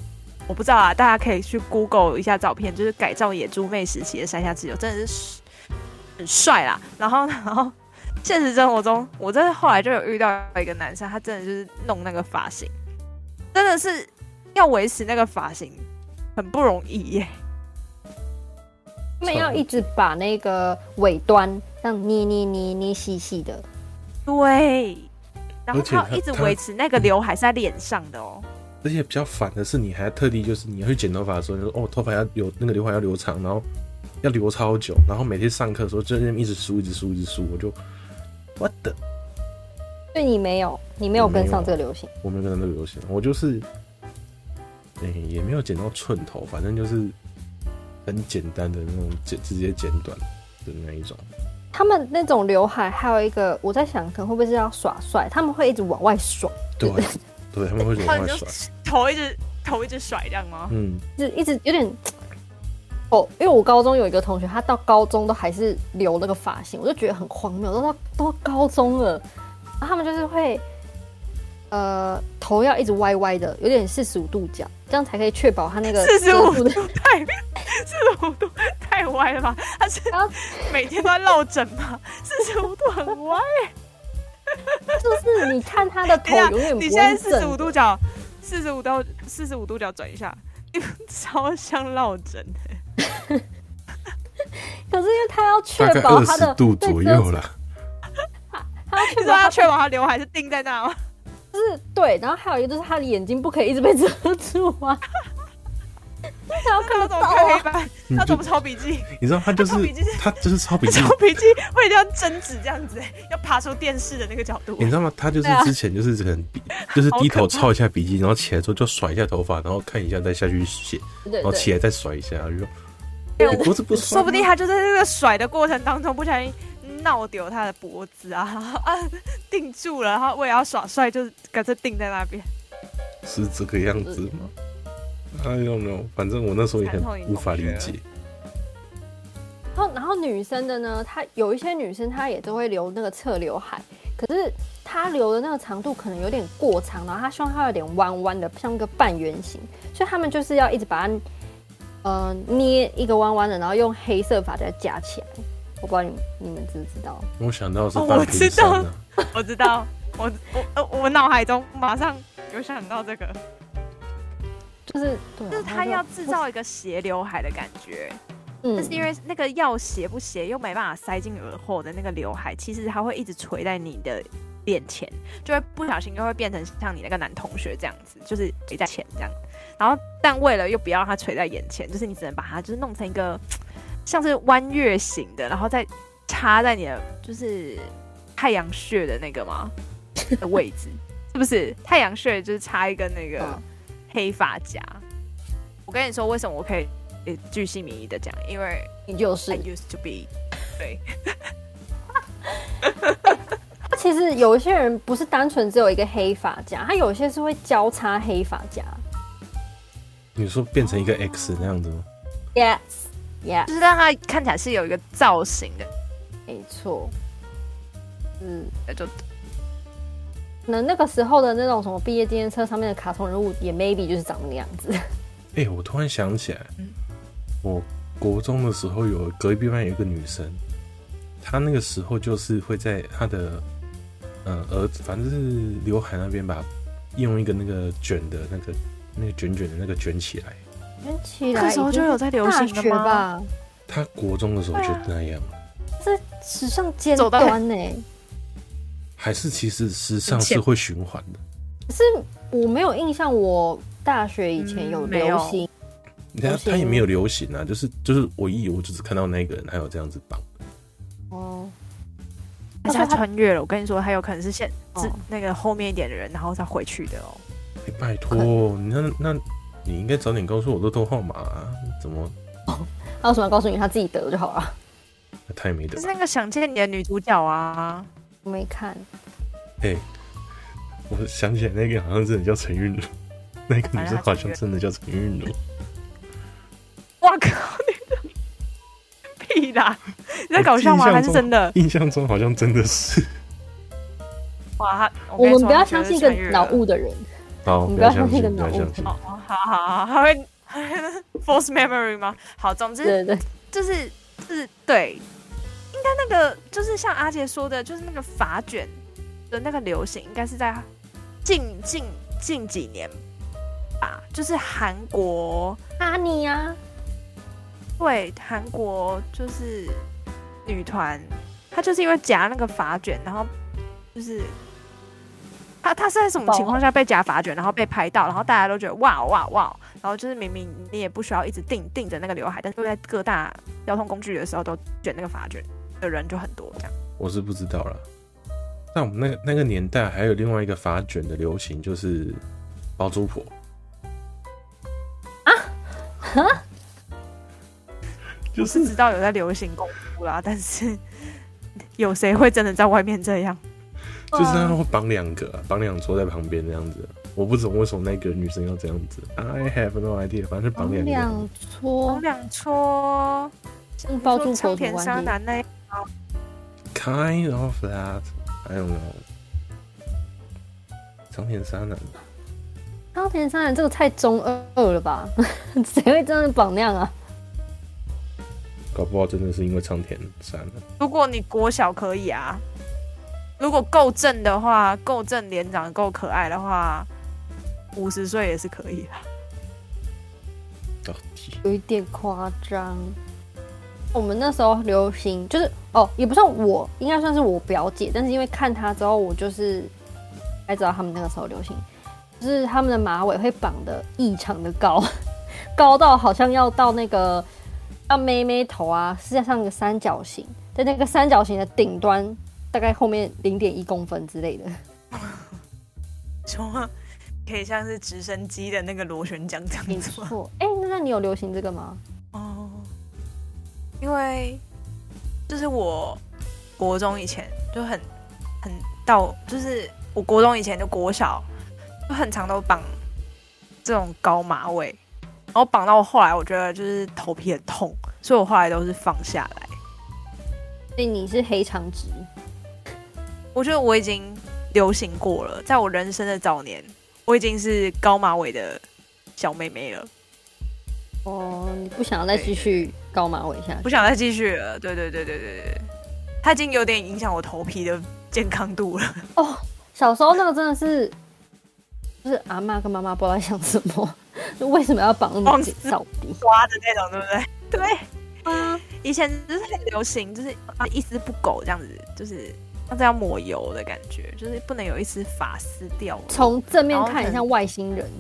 [SPEAKER 1] 我不知道啊，大家可以去 Google 一下照片，就是改造野猪妹时期的山下智久真的是很帅啦，然后然后。现实生活中，我真的后来就有遇到一个男生，他真的就是弄那个发型，真的是要维持那个发型很不容易耶。
[SPEAKER 4] 他们要一直把那个尾端这样捏捏捏捏细细的。
[SPEAKER 1] 对，然后
[SPEAKER 2] 而且
[SPEAKER 1] 他
[SPEAKER 2] 他
[SPEAKER 1] 一直
[SPEAKER 2] 他
[SPEAKER 1] 维持那个刘海是在脸上的哦。
[SPEAKER 2] 而且比较烦的是，你还特地就是你要去剪头发的时候，你说哦，头发要留那个刘海要留长，然后要留超久，然后每天上课的时候就在那边一直梳，一直梳，一直梳，我就 what the
[SPEAKER 4] 对你没有，你没有跟
[SPEAKER 2] 没有
[SPEAKER 4] 上这个流行。
[SPEAKER 2] 我没有跟着流行，我就是，哎、也没有剪到寸头，反正就是很简单的那种剪，直接剪短的那一种。
[SPEAKER 4] 他们那种刘海，还有一个我在想，可能会不会是要耍帅？他们会一直往外甩，
[SPEAKER 2] <laughs> 对，对，他们会觉得
[SPEAKER 1] 然
[SPEAKER 2] 很
[SPEAKER 1] 后你
[SPEAKER 2] 会
[SPEAKER 1] 就
[SPEAKER 2] 甩，
[SPEAKER 1] 头一直头一直甩这样吗？
[SPEAKER 2] 嗯，
[SPEAKER 4] 就一直有点哦。因为我高中有一个同学，他到高中都还是留那个发型，我就觉得很荒谬。都到都高中了，然后他们就是会呃头要一直歪歪的，有点四十五度角，这样才可以确保他那
[SPEAKER 1] 呃
[SPEAKER 4] 个
[SPEAKER 1] 45
[SPEAKER 4] 遮住的
[SPEAKER 1] 太四十五度太歪了吧？他是
[SPEAKER 4] 然后
[SPEAKER 1] 每天都在落枕吗？四十五度很歪。啊
[SPEAKER 4] 就是你看他的头
[SPEAKER 1] <laughs> 等一下
[SPEAKER 4] 永远不
[SPEAKER 1] 你
[SPEAKER 4] 会
[SPEAKER 1] 现在四十五
[SPEAKER 4] 正
[SPEAKER 1] 度角，四十五度四十五度角转一下，你 <laughs> 超像落枕的。
[SPEAKER 4] 可是因为他要确
[SPEAKER 2] 大概
[SPEAKER 4] 保
[SPEAKER 2] 二
[SPEAKER 4] 他的
[SPEAKER 2] 十度左右啦。
[SPEAKER 4] 他要确
[SPEAKER 1] 你
[SPEAKER 4] 保
[SPEAKER 1] 说
[SPEAKER 4] 他
[SPEAKER 1] 他确保他刘海是定在那吗？
[SPEAKER 4] 就是对，然后还有一个就是他的眼睛不可以一直被遮住啊， <laughs> 他要
[SPEAKER 1] 他
[SPEAKER 4] 看
[SPEAKER 1] 怎
[SPEAKER 4] 不
[SPEAKER 1] 么
[SPEAKER 4] 到
[SPEAKER 1] 看黑
[SPEAKER 4] 啊。
[SPEAKER 1] 板？
[SPEAKER 2] 你
[SPEAKER 1] 他
[SPEAKER 2] 就
[SPEAKER 1] 怎么抄笔记？
[SPEAKER 2] <laughs> 你知道他就是
[SPEAKER 1] 抄笔记是
[SPEAKER 2] 他就是
[SPEAKER 1] <laughs>
[SPEAKER 2] 抄笔记
[SPEAKER 1] 抄，笔记会一定要争执这样子， <laughs> 要爬出电视的那个角度
[SPEAKER 2] 你。知道吗？他就是
[SPEAKER 4] 对啊
[SPEAKER 2] 之前就是很笔，就是低头抄一下笔记，然后起来之后就甩一下头发，然后看一下再下去写，
[SPEAKER 4] 对
[SPEAKER 2] 然后起
[SPEAKER 4] 对，
[SPEAKER 2] 来再甩一下，然后就说
[SPEAKER 4] 对
[SPEAKER 2] 哎我脖子不
[SPEAKER 1] 说
[SPEAKER 2] 酸
[SPEAKER 1] 不
[SPEAKER 2] 吗，
[SPEAKER 1] 定他就在这个甩的过程当中不小心闹丢他的脖子啊 <laughs> 啊，定住了，然后为了要耍帅，就是干脆定在那边。 <laughs>
[SPEAKER 2] 是这个样子吗？I don't know，反正我那时候也很
[SPEAKER 1] 惨痛一
[SPEAKER 2] 无法理
[SPEAKER 1] 同学
[SPEAKER 2] 解。
[SPEAKER 4] 然后然后女生的呢，她有一些女生她也都会留那个侧刘海，可是她留的那个长度可能有点过长，然后她希望她有点弯弯的，像一个半圆形，所以她们就是要一直把它呃捏一个弯弯的，然后用黑色发夹夹起来。我不知道你你们知不知道？
[SPEAKER 2] 我想到是
[SPEAKER 1] 哦
[SPEAKER 2] 半
[SPEAKER 1] 我
[SPEAKER 2] 瓶
[SPEAKER 1] 知
[SPEAKER 2] 山、
[SPEAKER 1] 道
[SPEAKER 2] 啊，
[SPEAKER 1] 我知道，我我呃我脑海中马上有想到这个，
[SPEAKER 4] 就是对
[SPEAKER 1] 就是
[SPEAKER 4] 啊、然后
[SPEAKER 1] 他
[SPEAKER 4] 就
[SPEAKER 1] 要制造一个斜刘海的感觉，但
[SPEAKER 4] 嗯
[SPEAKER 1] 是，因为那个要斜不斜又没办法塞进耳后的那个刘海，其实它会一直垂在你的脸前，就会不小心就会变成像你那个男同学这样子，就是垂在前这样。然后，但为了又不要让它垂在眼前，就是你只能把它就是弄成一个像是弯月形的，然后再插在你的就是太阳穴的那个
[SPEAKER 4] <laughs>
[SPEAKER 1] 吗的位置，是不是？太阳穴就是插一根那个
[SPEAKER 4] 嗯
[SPEAKER 1] 黑发夹。我跟你说，为什么我可以呃巨细靡遗的讲？因为
[SPEAKER 4] 你就是
[SPEAKER 1] I used to be，对，
[SPEAKER 4] 其实有一些人不是单纯只有一个黑发夹，他有些是会交叉黑发夹。
[SPEAKER 2] 你说变成一个 X 那样子吗？
[SPEAKER 4] Yes, yes，
[SPEAKER 1] 就是让它看起来是有一个造型的，
[SPEAKER 4] 没错。嗯，
[SPEAKER 1] 呃就
[SPEAKER 4] 可能那个时候的那种什么毕业纪念册上面的卡通人物，也 maybe 就是长那个样子。
[SPEAKER 2] 哎、我突然想起来
[SPEAKER 1] 嗯，
[SPEAKER 2] 我国中的时候有隔壁班有一个女生，她那个时候就是会在她的嗯儿子，反正是刘海那边吧，用一个那个卷的那个那个卷卷的那个卷起来。
[SPEAKER 4] 卷起来，
[SPEAKER 1] 那时候就有在流
[SPEAKER 4] 大
[SPEAKER 1] 行的
[SPEAKER 4] 学
[SPEAKER 1] 吗？
[SPEAKER 4] 吧，
[SPEAKER 2] 她国中的时候就那样，
[SPEAKER 4] 这时尚尖
[SPEAKER 1] 走到
[SPEAKER 4] 端呢、
[SPEAKER 2] 还是其实时尚是会循环的。
[SPEAKER 4] 可是我没有印象，我大学以前有
[SPEAKER 1] 嗯没有
[SPEAKER 4] 流行，
[SPEAKER 2] 你看
[SPEAKER 4] 流行
[SPEAKER 2] 她也没有流行啊，就是就是我一我就只看到那个人还有这样子绑，
[SPEAKER 4] 哦，
[SPEAKER 1] 但是他穿越了，我跟你说，还有可能是现
[SPEAKER 4] 哦
[SPEAKER 1] 是那个后面一点的人，然后再回去的哦。
[SPEAKER 2] 哎、拜托，你那那你应该早点告诉我这通号码、啊，怎么
[SPEAKER 4] 他有什么告诉你，他自己得就好了。
[SPEAKER 2] 他也没得
[SPEAKER 1] 就
[SPEAKER 2] 吧
[SPEAKER 1] 是？那个想见你的女主角啊，
[SPEAKER 4] 我没看，
[SPEAKER 2] 哎、我想起来那个好像真的叫陈韵如， <laughs> 那个女生好像真的叫陈韵如。
[SPEAKER 1] 哇靠，你屁啦！你在搞笑吗？
[SPEAKER 2] 我印象中
[SPEAKER 1] 还是真的？
[SPEAKER 2] 印象中好像真的是。
[SPEAKER 1] 哇，他
[SPEAKER 4] 我
[SPEAKER 1] 我跟你
[SPEAKER 4] 们
[SPEAKER 1] 说
[SPEAKER 4] 不要相信一个
[SPEAKER 1] 他绝对是穿越了
[SPEAKER 4] 脑雾的人。
[SPEAKER 2] <laughs> 好，
[SPEAKER 4] 你
[SPEAKER 2] 不
[SPEAKER 4] 不要
[SPEAKER 2] 要相
[SPEAKER 4] 说那
[SPEAKER 2] 信，
[SPEAKER 4] 个
[SPEAKER 2] 不要
[SPEAKER 4] 脑雾
[SPEAKER 2] 相信。
[SPEAKER 1] 哦，哦好好好，还会 false memory 吗？好，总之
[SPEAKER 4] 对对，
[SPEAKER 1] 就是就是对，应该那个就是像阿杰说的，就是那个发卷的那个流行，应该是在近近近几年吧，就是韩国
[SPEAKER 4] 阿尼呀，
[SPEAKER 1] 对韩国就是女团，她就是因为夹那个发卷，然后就是。她她是在什么
[SPEAKER 4] 爆
[SPEAKER 1] 情况下被夹发卷，然后被拍到，然后大家都觉得哇哦哇哇，然后就是明明你也不需要一直定定着那个刘海，但是会在各大交通工具的时候都卷那个发卷的人就很多这样。
[SPEAKER 2] 我是不知道啦。但我们那个那个年代还有另外一个发卷的流行，就是包租婆。 <laughs>
[SPEAKER 1] 我是知道有在流行功夫啦，但是有谁会真的在外面这样？
[SPEAKER 2] 就是他会绑两个、啊，绑两桌在旁边那样子。我不懂为什么那个女生要这样子。I have no idea，反正就绑两个。
[SPEAKER 4] 两撮
[SPEAKER 1] 红，两撮，
[SPEAKER 4] 嗯包住
[SPEAKER 1] 说
[SPEAKER 4] 口
[SPEAKER 1] 苍田沙
[SPEAKER 4] 的关系。
[SPEAKER 1] 男那
[SPEAKER 2] Kind of that, I don't know。长田啊沙男，
[SPEAKER 4] 高田三人这个太中二了吧？ <laughs> 谁会这样绑那样啊？
[SPEAKER 2] 搞不好真的是因为长田啊沙男。
[SPEAKER 1] 如果你国小可以啊，如果够正的话，够正脸长得够可爱的话，五十岁也是可以 <laughs> 啊。
[SPEAKER 2] 到底
[SPEAKER 4] 有一点夸张。我们那时候流行就是哦，也不算我，应该算是我表姐，但是因为看她之后，我就是才知道他们那个时候流行，就是他们的马尾会绑的异常的高， <laughs> 高到好像要到那个要妹妹头啊，是在上一个三角形，在那个三角形的顶端大概后面零点一公分之类的。
[SPEAKER 1] 说可以像是直升机的那个螺旋桨这
[SPEAKER 4] 没
[SPEAKER 1] 样子吗？
[SPEAKER 4] 错，哎、那那你有流行这个吗？
[SPEAKER 1] 哦，因为就是我国中以前就很很到，就是我国中以前就国小就很常都绑这种高马尾，然后绑到我后来我觉得就是头皮很痛，所以我后来都是放下来。
[SPEAKER 4] 所以你是黑长直，
[SPEAKER 1] 我觉得我已经流行过了，在我人生的早年，我已经是高马尾的小妹妹了。
[SPEAKER 4] 哦，你不想要再继续高马尾下去？
[SPEAKER 1] 不想再继续了。对对对对对对，它已经有点影响我头皮的健康度 <laughs> 了。
[SPEAKER 4] 哦，小时候那个真的是，就是阿妈跟妈妈不知道在想什么， <laughs> 就为什么要绑那么紧到底？
[SPEAKER 1] 刮的那种，对不对？对，
[SPEAKER 4] 啊，
[SPEAKER 1] 以前就是很流行，就是啊一丝不苟这样子，就是像这样抹油的感觉，就是不能有一丝发丝掉了。
[SPEAKER 4] 从正面看很像外星人，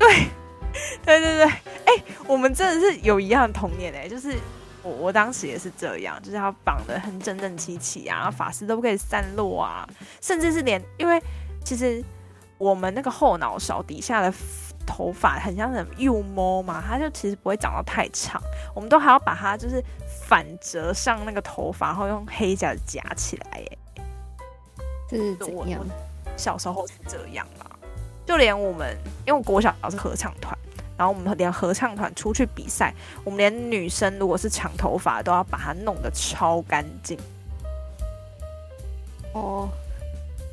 [SPEAKER 1] <laughs> 对对对，哎、我们真的是有一样的童年哎、就是我我当时也是这样，就是要绑得很整整齐齐啊，发丝都不可以散落啊，甚至是连因为其实我们那个后脑勺底下的头发很像什么幼猫嘛，它就其实不会长到太长，我们都还要把它就是反折上那个头发，然后用黑夹子夹起来哎、
[SPEAKER 4] 这是怎
[SPEAKER 1] 我
[SPEAKER 4] 样？
[SPEAKER 1] 我小时候是这样啦，就连我们，因为我国小是合唱团，然后我们连合唱团出去比赛，我们连女生如果是长头发都要把它弄得超干净。
[SPEAKER 4] 哦，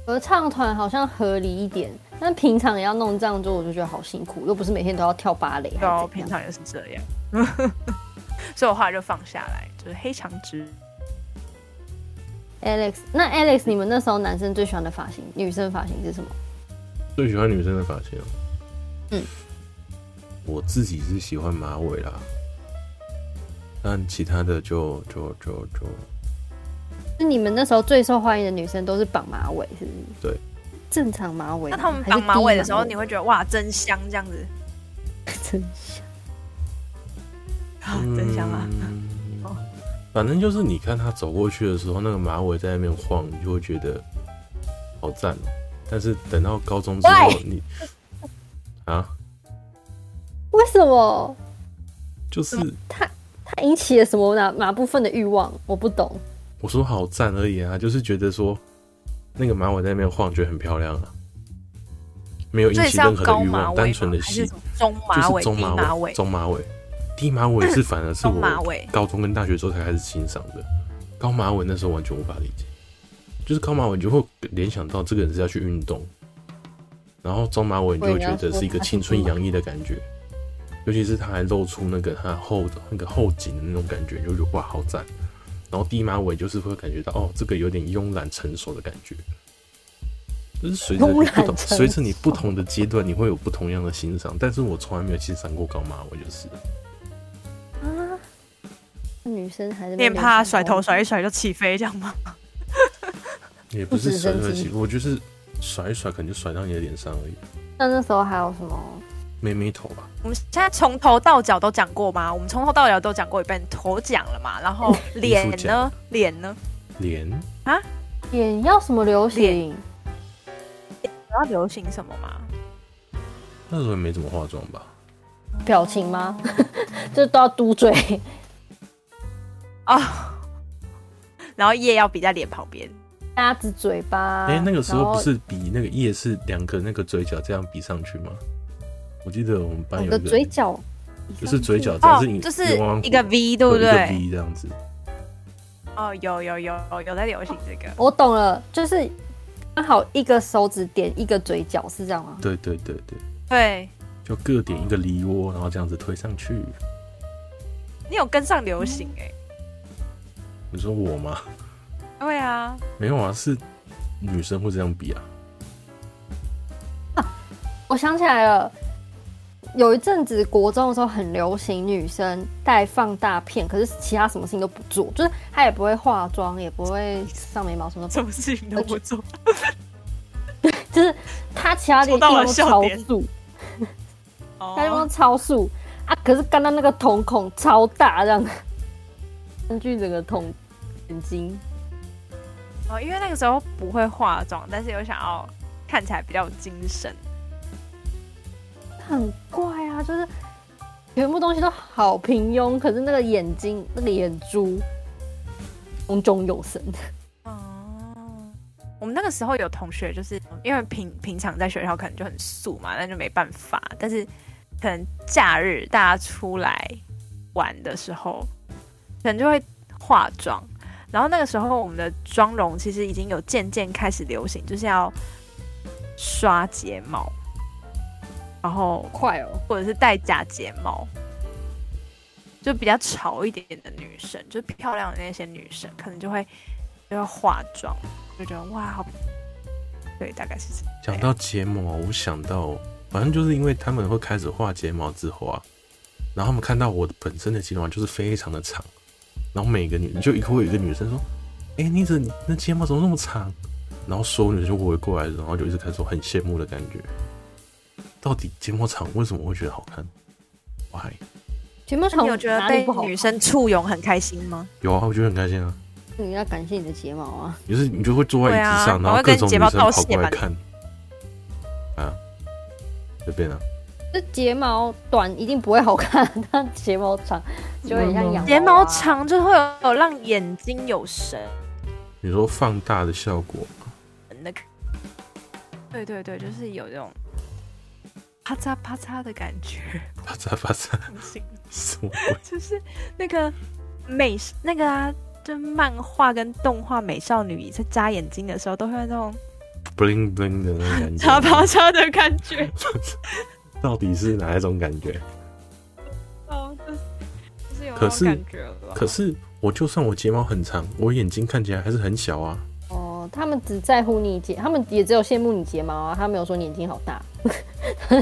[SPEAKER 4] 合唱团好像合理一点，但平常也要弄这样做，我就觉得好辛苦，又不是每天都要跳芭蕾，
[SPEAKER 1] 对啊，我
[SPEAKER 4] 还是
[SPEAKER 1] 平
[SPEAKER 4] 怎样？
[SPEAKER 1] 常也是这样， <laughs> 所以我后来就放下来，就是黑长直。
[SPEAKER 4] Alex，那 Alex，你们那时候男生最喜欢的发型，女生发型是什么？
[SPEAKER 2] 最喜欢女生的发型、哦。
[SPEAKER 4] 嗯，
[SPEAKER 2] 我自己是喜欢马尾啦，但其他的就就就就
[SPEAKER 4] 就你们那时候最受欢迎的女生都是绑马尾，是不是？
[SPEAKER 2] 对，
[SPEAKER 4] 正常马尾吗。
[SPEAKER 1] 那他们
[SPEAKER 4] 还是
[SPEAKER 1] 绑马
[SPEAKER 4] 低
[SPEAKER 1] 尾的时候，
[SPEAKER 4] 马
[SPEAKER 1] 你会觉得哇，真香这样 <laughs> 子，
[SPEAKER 4] 真香
[SPEAKER 1] 啊真香啊！
[SPEAKER 2] 嗯
[SPEAKER 1] 哦
[SPEAKER 2] 反正就是你看他走过去的时候，那个马尾在那边晃，你就会觉得好赞哦、但是等到高中之后
[SPEAKER 4] 喂，
[SPEAKER 2] 你啊，
[SPEAKER 4] <laughs> 为什么？
[SPEAKER 2] 就是
[SPEAKER 4] 它引起了什么哪哪部分的欲望？我不懂。
[SPEAKER 2] 我说好赞而已啊，就是觉得说那个马尾在那边晃，觉得很漂亮啊，没有引
[SPEAKER 1] 所以
[SPEAKER 2] 起
[SPEAKER 1] 是要
[SPEAKER 2] 任何
[SPEAKER 1] 高
[SPEAKER 2] 的欲
[SPEAKER 1] 马
[SPEAKER 2] 望，
[SPEAKER 1] 尾
[SPEAKER 2] 单
[SPEAKER 1] 吗
[SPEAKER 2] 纯的
[SPEAKER 1] 还
[SPEAKER 2] 喜
[SPEAKER 1] 是什么中马
[SPEAKER 2] 就
[SPEAKER 1] 尾、
[SPEAKER 2] 是
[SPEAKER 1] 低
[SPEAKER 2] 中
[SPEAKER 1] 马
[SPEAKER 2] 马
[SPEAKER 1] 尾
[SPEAKER 2] 尾，、中马尾，低马尾是反而
[SPEAKER 1] <laughs>
[SPEAKER 2] 是
[SPEAKER 1] 中马
[SPEAKER 2] 我
[SPEAKER 1] 尾
[SPEAKER 2] 高中跟大学之后才开始欣赏的，高马尾那时候完全无法理解，就是高马尾你就会联想到这个人是要去运动，然后中马尾你就会觉得是一个青春洋溢的感觉，尤其是他还露出那个他后那个后颈的那种感觉，你就觉得哇好赞，然后低马尾就是会感觉到哦这个有点慵懒成熟的感觉。就是随着你
[SPEAKER 4] 慵懒
[SPEAKER 2] 不同，
[SPEAKER 4] 成
[SPEAKER 2] 随着你不同的阶段，你会有不同样的欣赏。但是我从来没有欣赏过高马尾，就是
[SPEAKER 4] 女生还是
[SPEAKER 1] 你
[SPEAKER 4] 被
[SPEAKER 1] 很怕
[SPEAKER 4] 流行
[SPEAKER 1] 甩头
[SPEAKER 4] 包
[SPEAKER 1] 甩一甩就起飞这样吗？
[SPEAKER 2] 也不
[SPEAKER 4] 不
[SPEAKER 2] 是
[SPEAKER 4] 直
[SPEAKER 2] 甩
[SPEAKER 4] 升
[SPEAKER 2] 甩
[SPEAKER 4] 机
[SPEAKER 2] 起，我就是甩一甩，可能就甩到你的脸上而已，
[SPEAKER 4] 那那时候还有什么？
[SPEAKER 2] 妹妹头吧。
[SPEAKER 1] 我们现在从头到脚都讲过吗？我们从头到脚都讲过一遍，头讲了嘛，然后脸
[SPEAKER 2] <laughs> 艺术
[SPEAKER 1] 呢
[SPEAKER 2] 奖？
[SPEAKER 1] 脸呢？
[SPEAKER 2] 脸
[SPEAKER 4] 脸要什么流行？
[SPEAKER 1] 然后流行什么吗？
[SPEAKER 2] 那时候也没怎么化妆吧，
[SPEAKER 4] 表情吗？ <laughs> 就都要嘟嘴。 <laughs>
[SPEAKER 1] 然后夜要比在脸旁边，
[SPEAKER 4] 鸭子嘴巴。
[SPEAKER 1] 啊
[SPEAKER 2] 哎、那个时候
[SPEAKER 4] 然后
[SPEAKER 2] 不是比那个夜是两个那个嘴角这样比上去吗？我记得我们班
[SPEAKER 4] 我
[SPEAKER 2] 有
[SPEAKER 4] 的
[SPEAKER 2] 一
[SPEAKER 4] 嘴
[SPEAKER 2] 个，
[SPEAKER 4] 角，
[SPEAKER 2] 就是嘴角，这样
[SPEAKER 1] 哦
[SPEAKER 2] 是，你
[SPEAKER 1] 就是
[SPEAKER 2] 你往往
[SPEAKER 1] 一个
[SPEAKER 2] 弧
[SPEAKER 1] V，对不
[SPEAKER 2] 有一个
[SPEAKER 1] 对？
[SPEAKER 2] ？V 这样子，
[SPEAKER 1] 哦，有有有有在流行这个，
[SPEAKER 4] 我懂了，就是刚好一个手指点一个嘴角，是这样吗？
[SPEAKER 2] 对对对对，
[SPEAKER 1] 对
[SPEAKER 2] 就各点一个梨窝，然后这样子推上去。
[SPEAKER 1] 你有跟上流行哎、
[SPEAKER 2] 你说我吗？
[SPEAKER 1] 对啊，
[SPEAKER 2] 没有啊，是女生会这样比啊。
[SPEAKER 4] 我想起来了，有一阵子国中的时候很流行女生戴放大片，可是其他什么事情都不做，就是她也不会化妆，也不会上眉毛，什么都
[SPEAKER 1] 什么事情都不做，
[SPEAKER 4] 不，就是她其他地
[SPEAKER 1] 戳到了
[SPEAKER 4] 方都
[SPEAKER 1] 笑
[SPEAKER 4] 超
[SPEAKER 1] 点
[SPEAKER 4] 素，她地方
[SPEAKER 1] 哦，
[SPEAKER 4] 超素啊，可是刚刚那个瞳孔超大，这样，根据整个瞳眼睛，
[SPEAKER 1] 哦，因为那个时候不会化妆，但是又想要看起来比较有精神，
[SPEAKER 4] 很怪啊，就是全部东西都好平庸，可是那个眼睛那个眼珠炯炯有神。
[SPEAKER 1] 哦，我们那个时候有同学，就是因为平平常在学校可能就很素嘛，那就没办法。但是可能假日大家出来玩的时候，可能就会化妆。然后那个时候我们的妆容其实已经有渐渐开始流行，就是要刷睫毛。然后
[SPEAKER 3] 快哦，
[SPEAKER 1] 或者是戴假睫毛，就比较潮一点点的女生，就漂亮的那些女生，可能就会就要化妆，就觉得哇，好，对，大概是这样。
[SPEAKER 2] 讲到睫毛，我想到，反正就是因为他们会开始画睫毛之后啊，然后他们看到我本身的睫毛就是非常的长，然后每个女就一会有一个女生说：“哎、你怎那睫毛怎么那么长？”然后所有女生就围过来，然后就一直看说很羡慕的感觉。到底睫毛长为什么会觉得好看？Why？
[SPEAKER 4] 睫
[SPEAKER 1] 那
[SPEAKER 4] 毛长
[SPEAKER 1] 你有觉得
[SPEAKER 4] 哪里
[SPEAKER 1] 被
[SPEAKER 4] 不好
[SPEAKER 1] 女生簇拥很开心吗？
[SPEAKER 2] 有啊，我觉得很开心啊。
[SPEAKER 4] 你要感谢你的睫毛啊！
[SPEAKER 2] 就是你就会坐在椅子上，
[SPEAKER 1] 对啊
[SPEAKER 2] 然后各种女生
[SPEAKER 1] 然后跟睫毛道
[SPEAKER 2] 跑过来
[SPEAKER 1] 谢吧
[SPEAKER 2] 看，啊，随便啊，
[SPEAKER 4] 这睫毛短一定不会好看，但睫毛长就
[SPEAKER 1] 嗯
[SPEAKER 4] 会很像羊、啊
[SPEAKER 1] 睫毛，长就会有有让眼睛有神
[SPEAKER 2] 你说放大的效果，
[SPEAKER 1] 的，对对对，就是有这种啪嚓啪嚓的感觉，
[SPEAKER 2] 啪嚓啪嚓，
[SPEAKER 1] 不行。
[SPEAKER 2] 什么鬼？
[SPEAKER 1] 就是那个美那个啊，就漫画跟动画美少女在扎眼睛的时候，都会有那种
[SPEAKER 2] bling bling 的那种
[SPEAKER 1] <laughs>
[SPEAKER 2] 感
[SPEAKER 1] 啪啪
[SPEAKER 2] 觉，
[SPEAKER 1] 嚓的感觉。
[SPEAKER 2] 到底是哪一种感觉？
[SPEAKER 1] 哦，就是就是有
[SPEAKER 2] 可
[SPEAKER 1] 那
[SPEAKER 2] 是
[SPEAKER 1] 种感觉了。
[SPEAKER 2] 可是我就算我睫毛很长，我眼睛看起来还是很小啊。
[SPEAKER 4] 哦，他们只在乎你睫，他们也只有羡慕你睫毛啊，他没有说你眼睛好大，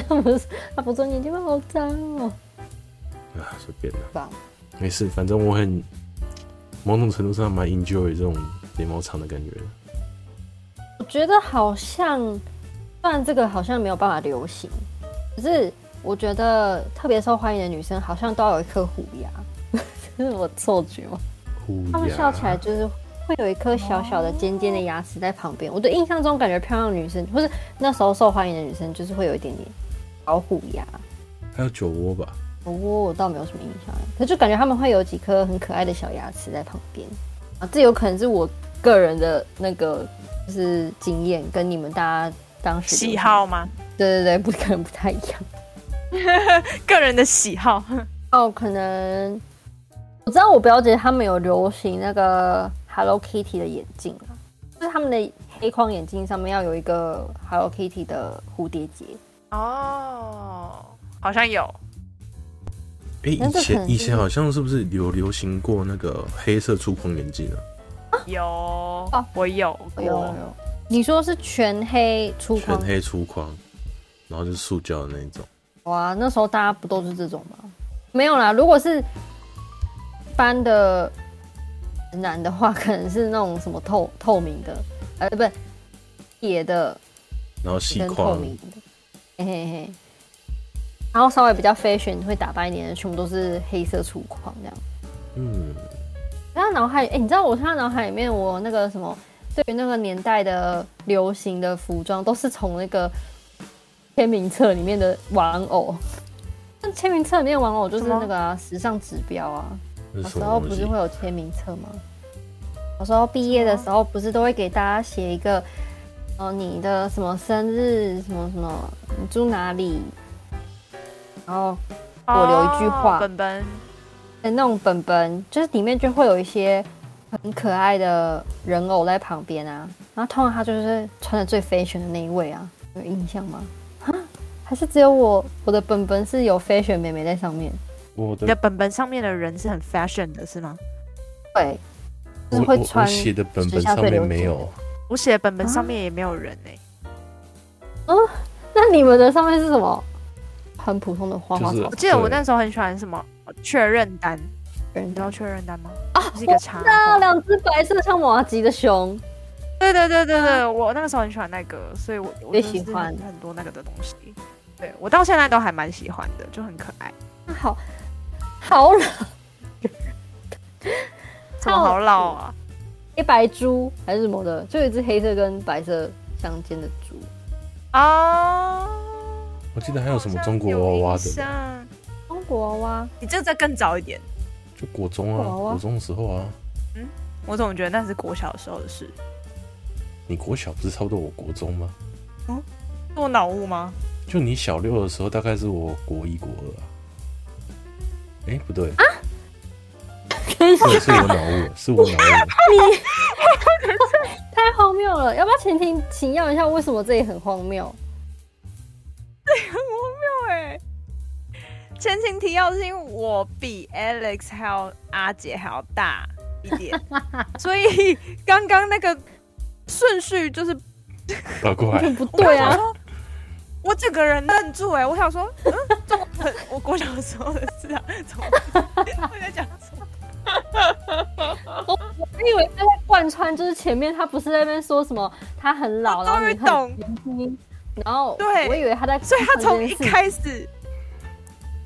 [SPEAKER 4] 他不是他不是说你睫毛好脏哦，
[SPEAKER 2] 啊，随便啦、
[SPEAKER 4] 吧？
[SPEAKER 2] 没事，反正我很某种程度上蛮 enjoy 这种睫毛长的感觉的。
[SPEAKER 4] 我觉得好像，虽然这个好像没有办法流行，可是我觉得特别受欢迎的女生好像都要有一颗虎牙， <laughs> 这是我错觉吗？
[SPEAKER 2] 虎
[SPEAKER 4] 她们
[SPEAKER 2] 牙
[SPEAKER 4] 笑起来就是会有一颗小小的尖尖的牙齿在旁边。我的印象中，感觉漂亮的女生或是那时候受欢迎的女生，就是会有一点点小虎牙。
[SPEAKER 2] 还有酒窝吧？
[SPEAKER 4] 不过我倒没有什么印象，可就感觉他们会有几颗很可爱的小牙齿在旁边啊，这有可能是我个人的那个就是经验，跟你们大家当时
[SPEAKER 1] 喜，好吗？
[SPEAKER 4] 对对对，不可能不太一样
[SPEAKER 1] 个人的喜好，
[SPEAKER 4] 哦，可能我知道我表姐他们有流行那个 Hello Kitty 的眼镜啊，就是他们的黑框眼镜上面要有一个 Hello Kitty 的蝴蝶结，
[SPEAKER 1] 哦，好像有，
[SPEAKER 2] 哎、
[SPEAKER 4] 那
[SPEAKER 2] 以
[SPEAKER 4] 这可能
[SPEAKER 2] 前以
[SPEAKER 4] 是
[SPEAKER 2] 前好像是不是有流行过那个黑色粗框眼镜啊？
[SPEAKER 1] 有，我有过，
[SPEAKER 4] 哦有，啊你说是全黑粗
[SPEAKER 2] 全
[SPEAKER 4] 框
[SPEAKER 2] 黑粗框，然后就是塑胶的那一种。
[SPEAKER 4] 哇，那时候大家不都是这种吗？没有啦，如果是一般的男的话，可能是那种什么透透明的，呃，不是铁的
[SPEAKER 2] 然后细
[SPEAKER 4] 跟透
[SPEAKER 2] 框，
[SPEAKER 4] 明的，嘿嘿嘿。然后稍微比较 fashion 会打扮一点的，全部都是黑色粗框这样。
[SPEAKER 2] 嗯，
[SPEAKER 4] 他脑海，哎、你知道我现在脑海里面我那个什么，对于那个年代的流行的服装，都是从那个签名册里面的玩偶。那签名册里面的玩偶就是那个、啊、时尚指标啊。
[SPEAKER 2] 那是
[SPEAKER 4] 小
[SPEAKER 2] 什
[SPEAKER 4] 时候
[SPEAKER 2] 么
[SPEAKER 4] 不
[SPEAKER 2] 东
[SPEAKER 4] 是
[SPEAKER 2] 西？
[SPEAKER 4] 会有签名册吗？小时候毕业的时候，不是都会给大家写一个，呃，你的什么生日，什么什么，你住哪里，然后我留一句
[SPEAKER 1] 哦
[SPEAKER 4] 话嗯
[SPEAKER 1] 本本
[SPEAKER 4] 的那种本本，就是里面就会有一些很可爱的人偶在旁边啊。然后通常他就是穿的最 fashion 的那一位啊，有印象吗？ <laughs> 啊还是只有我我的本本是有 fashion 妹妹在上面？
[SPEAKER 2] 我
[SPEAKER 1] 你的本本上面的人是很 fashion 的，是吗？
[SPEAKER 4] 对，就是
[SPEAKER 2] 我
[SPEAKER 4] 会
[SPEAKER 2] 我我
[SPEAKER 4] 穿
[SPEAKER 2] 写的本本
[SPEAKER 4] 时下
[SPEAKER 2] 上
[SPEAKER 4] 最
[SPEAKER 2] 面
[SPEAKER 4] 流
[SPEAKER 2] 没
[SPEAKER 4] 行
[SPEAKER 2] 有，
[SPEAKER 1] 我写的本本上面也没有人哎、
[SPEAKER 4] 嗯那你们的上面是什么？很普通的花花
[SPEAKER 2] 就是
[SPEAKER 4] 草
[SPEAKER 1] 我记得我
[SPEAKER 2] 对
[SPEAKER 1] 那时候很喜欢什么确认单，
[SPEAKER 4] 人
[SPEAKER 1] 你知
[SPEAKER 4] 的
[SPEAKER 1] 道确认单吗？啊，是一个茶
[SPEAKER 4] 啊，
[SPEAKER 1] 包
[SPEAKER 4] 两只白色像马吉的熊，
[SPEAKER 1] 对对对对对，我那个时候很喜欢那个，所以我我
[SPEAKER 4] 也
[SPEAKER 1] 就是
[SPEAKER 4] 喜欢
[SPEAKER 1] 很很多那个的东西。对我到现在都还蛮喜欢的，就很可爱。
[SPEAKER 4] 好好冷，
[SPEAKER 1] 什么好老啊？
[SPEAKER 4] 黑白猪还是什么的，就有一只黑色跟白色相间的猪。
[SPEAKER 1] 哦，
[SPEAKER 2] 我记得还有什么中国娃娃的吧，
[SPEAKER 1] 的？
[SPEAKER 4] 中国娃娃，
[SPEAKER 1] 你这再更早一点，
[SPEAKER 2] 就国中啊，
[SPEAKER 4] 娃娃
[SPEAKER 2] 国中的时候啊，
[SPEAKER 1] 我总觉得那是国小的时候的事。
[SPEAKER 2] 你国小不是差不多我国中吗？
[SPEAKER 1] 做脑雾吗？
[SPEAKER 2] 就你小六的时候，大概是我国一国二啊。哎、不对啊，对，是我脑雾，是我脑雾，
[SPEAKER 4] 太荒谬了！要不要前庭请要一下为什么这里很荒谬？
[SPEAKER 1] 很荒谬，欸前情提要是因为我比 Alex 还有阿杰还要大一
[SPEAKER 4] <laughs>
[SPEAKER 1] 点，所以刚刚那个顺序就是
[SPEAKER 2] 老
[SPEAKER 4] 完
[SPEAKER 2] 怪
[SPEAKER 4] 全不对啊！
[SPEAKER 1] 我我整个人愣住哎、我想说，嗯，这我很我国小的时候的事啊，怎么我在讲什么？
[SPEAKER 4] 我以为他在贯穿，就是前面他不是在那边说什么他很老，
[SPEAKER 1] 我
[SPEAKER 4] 然后
[SPEAKER 1] 终于
[SPEAKER 4] 你很
[SPEAKER 1] 懂
[SPEAKER 4] 年轻，然后
[SPEAKER 1] 对
[SPEAKER 4] 我以为他在贯
[SPEAKER 1] 所以
[SPEAKER 4] 穿
[SPEAKER 1] 他
[SPEAKER 4] 这件事，
[SPEAKER 1] 从一开始，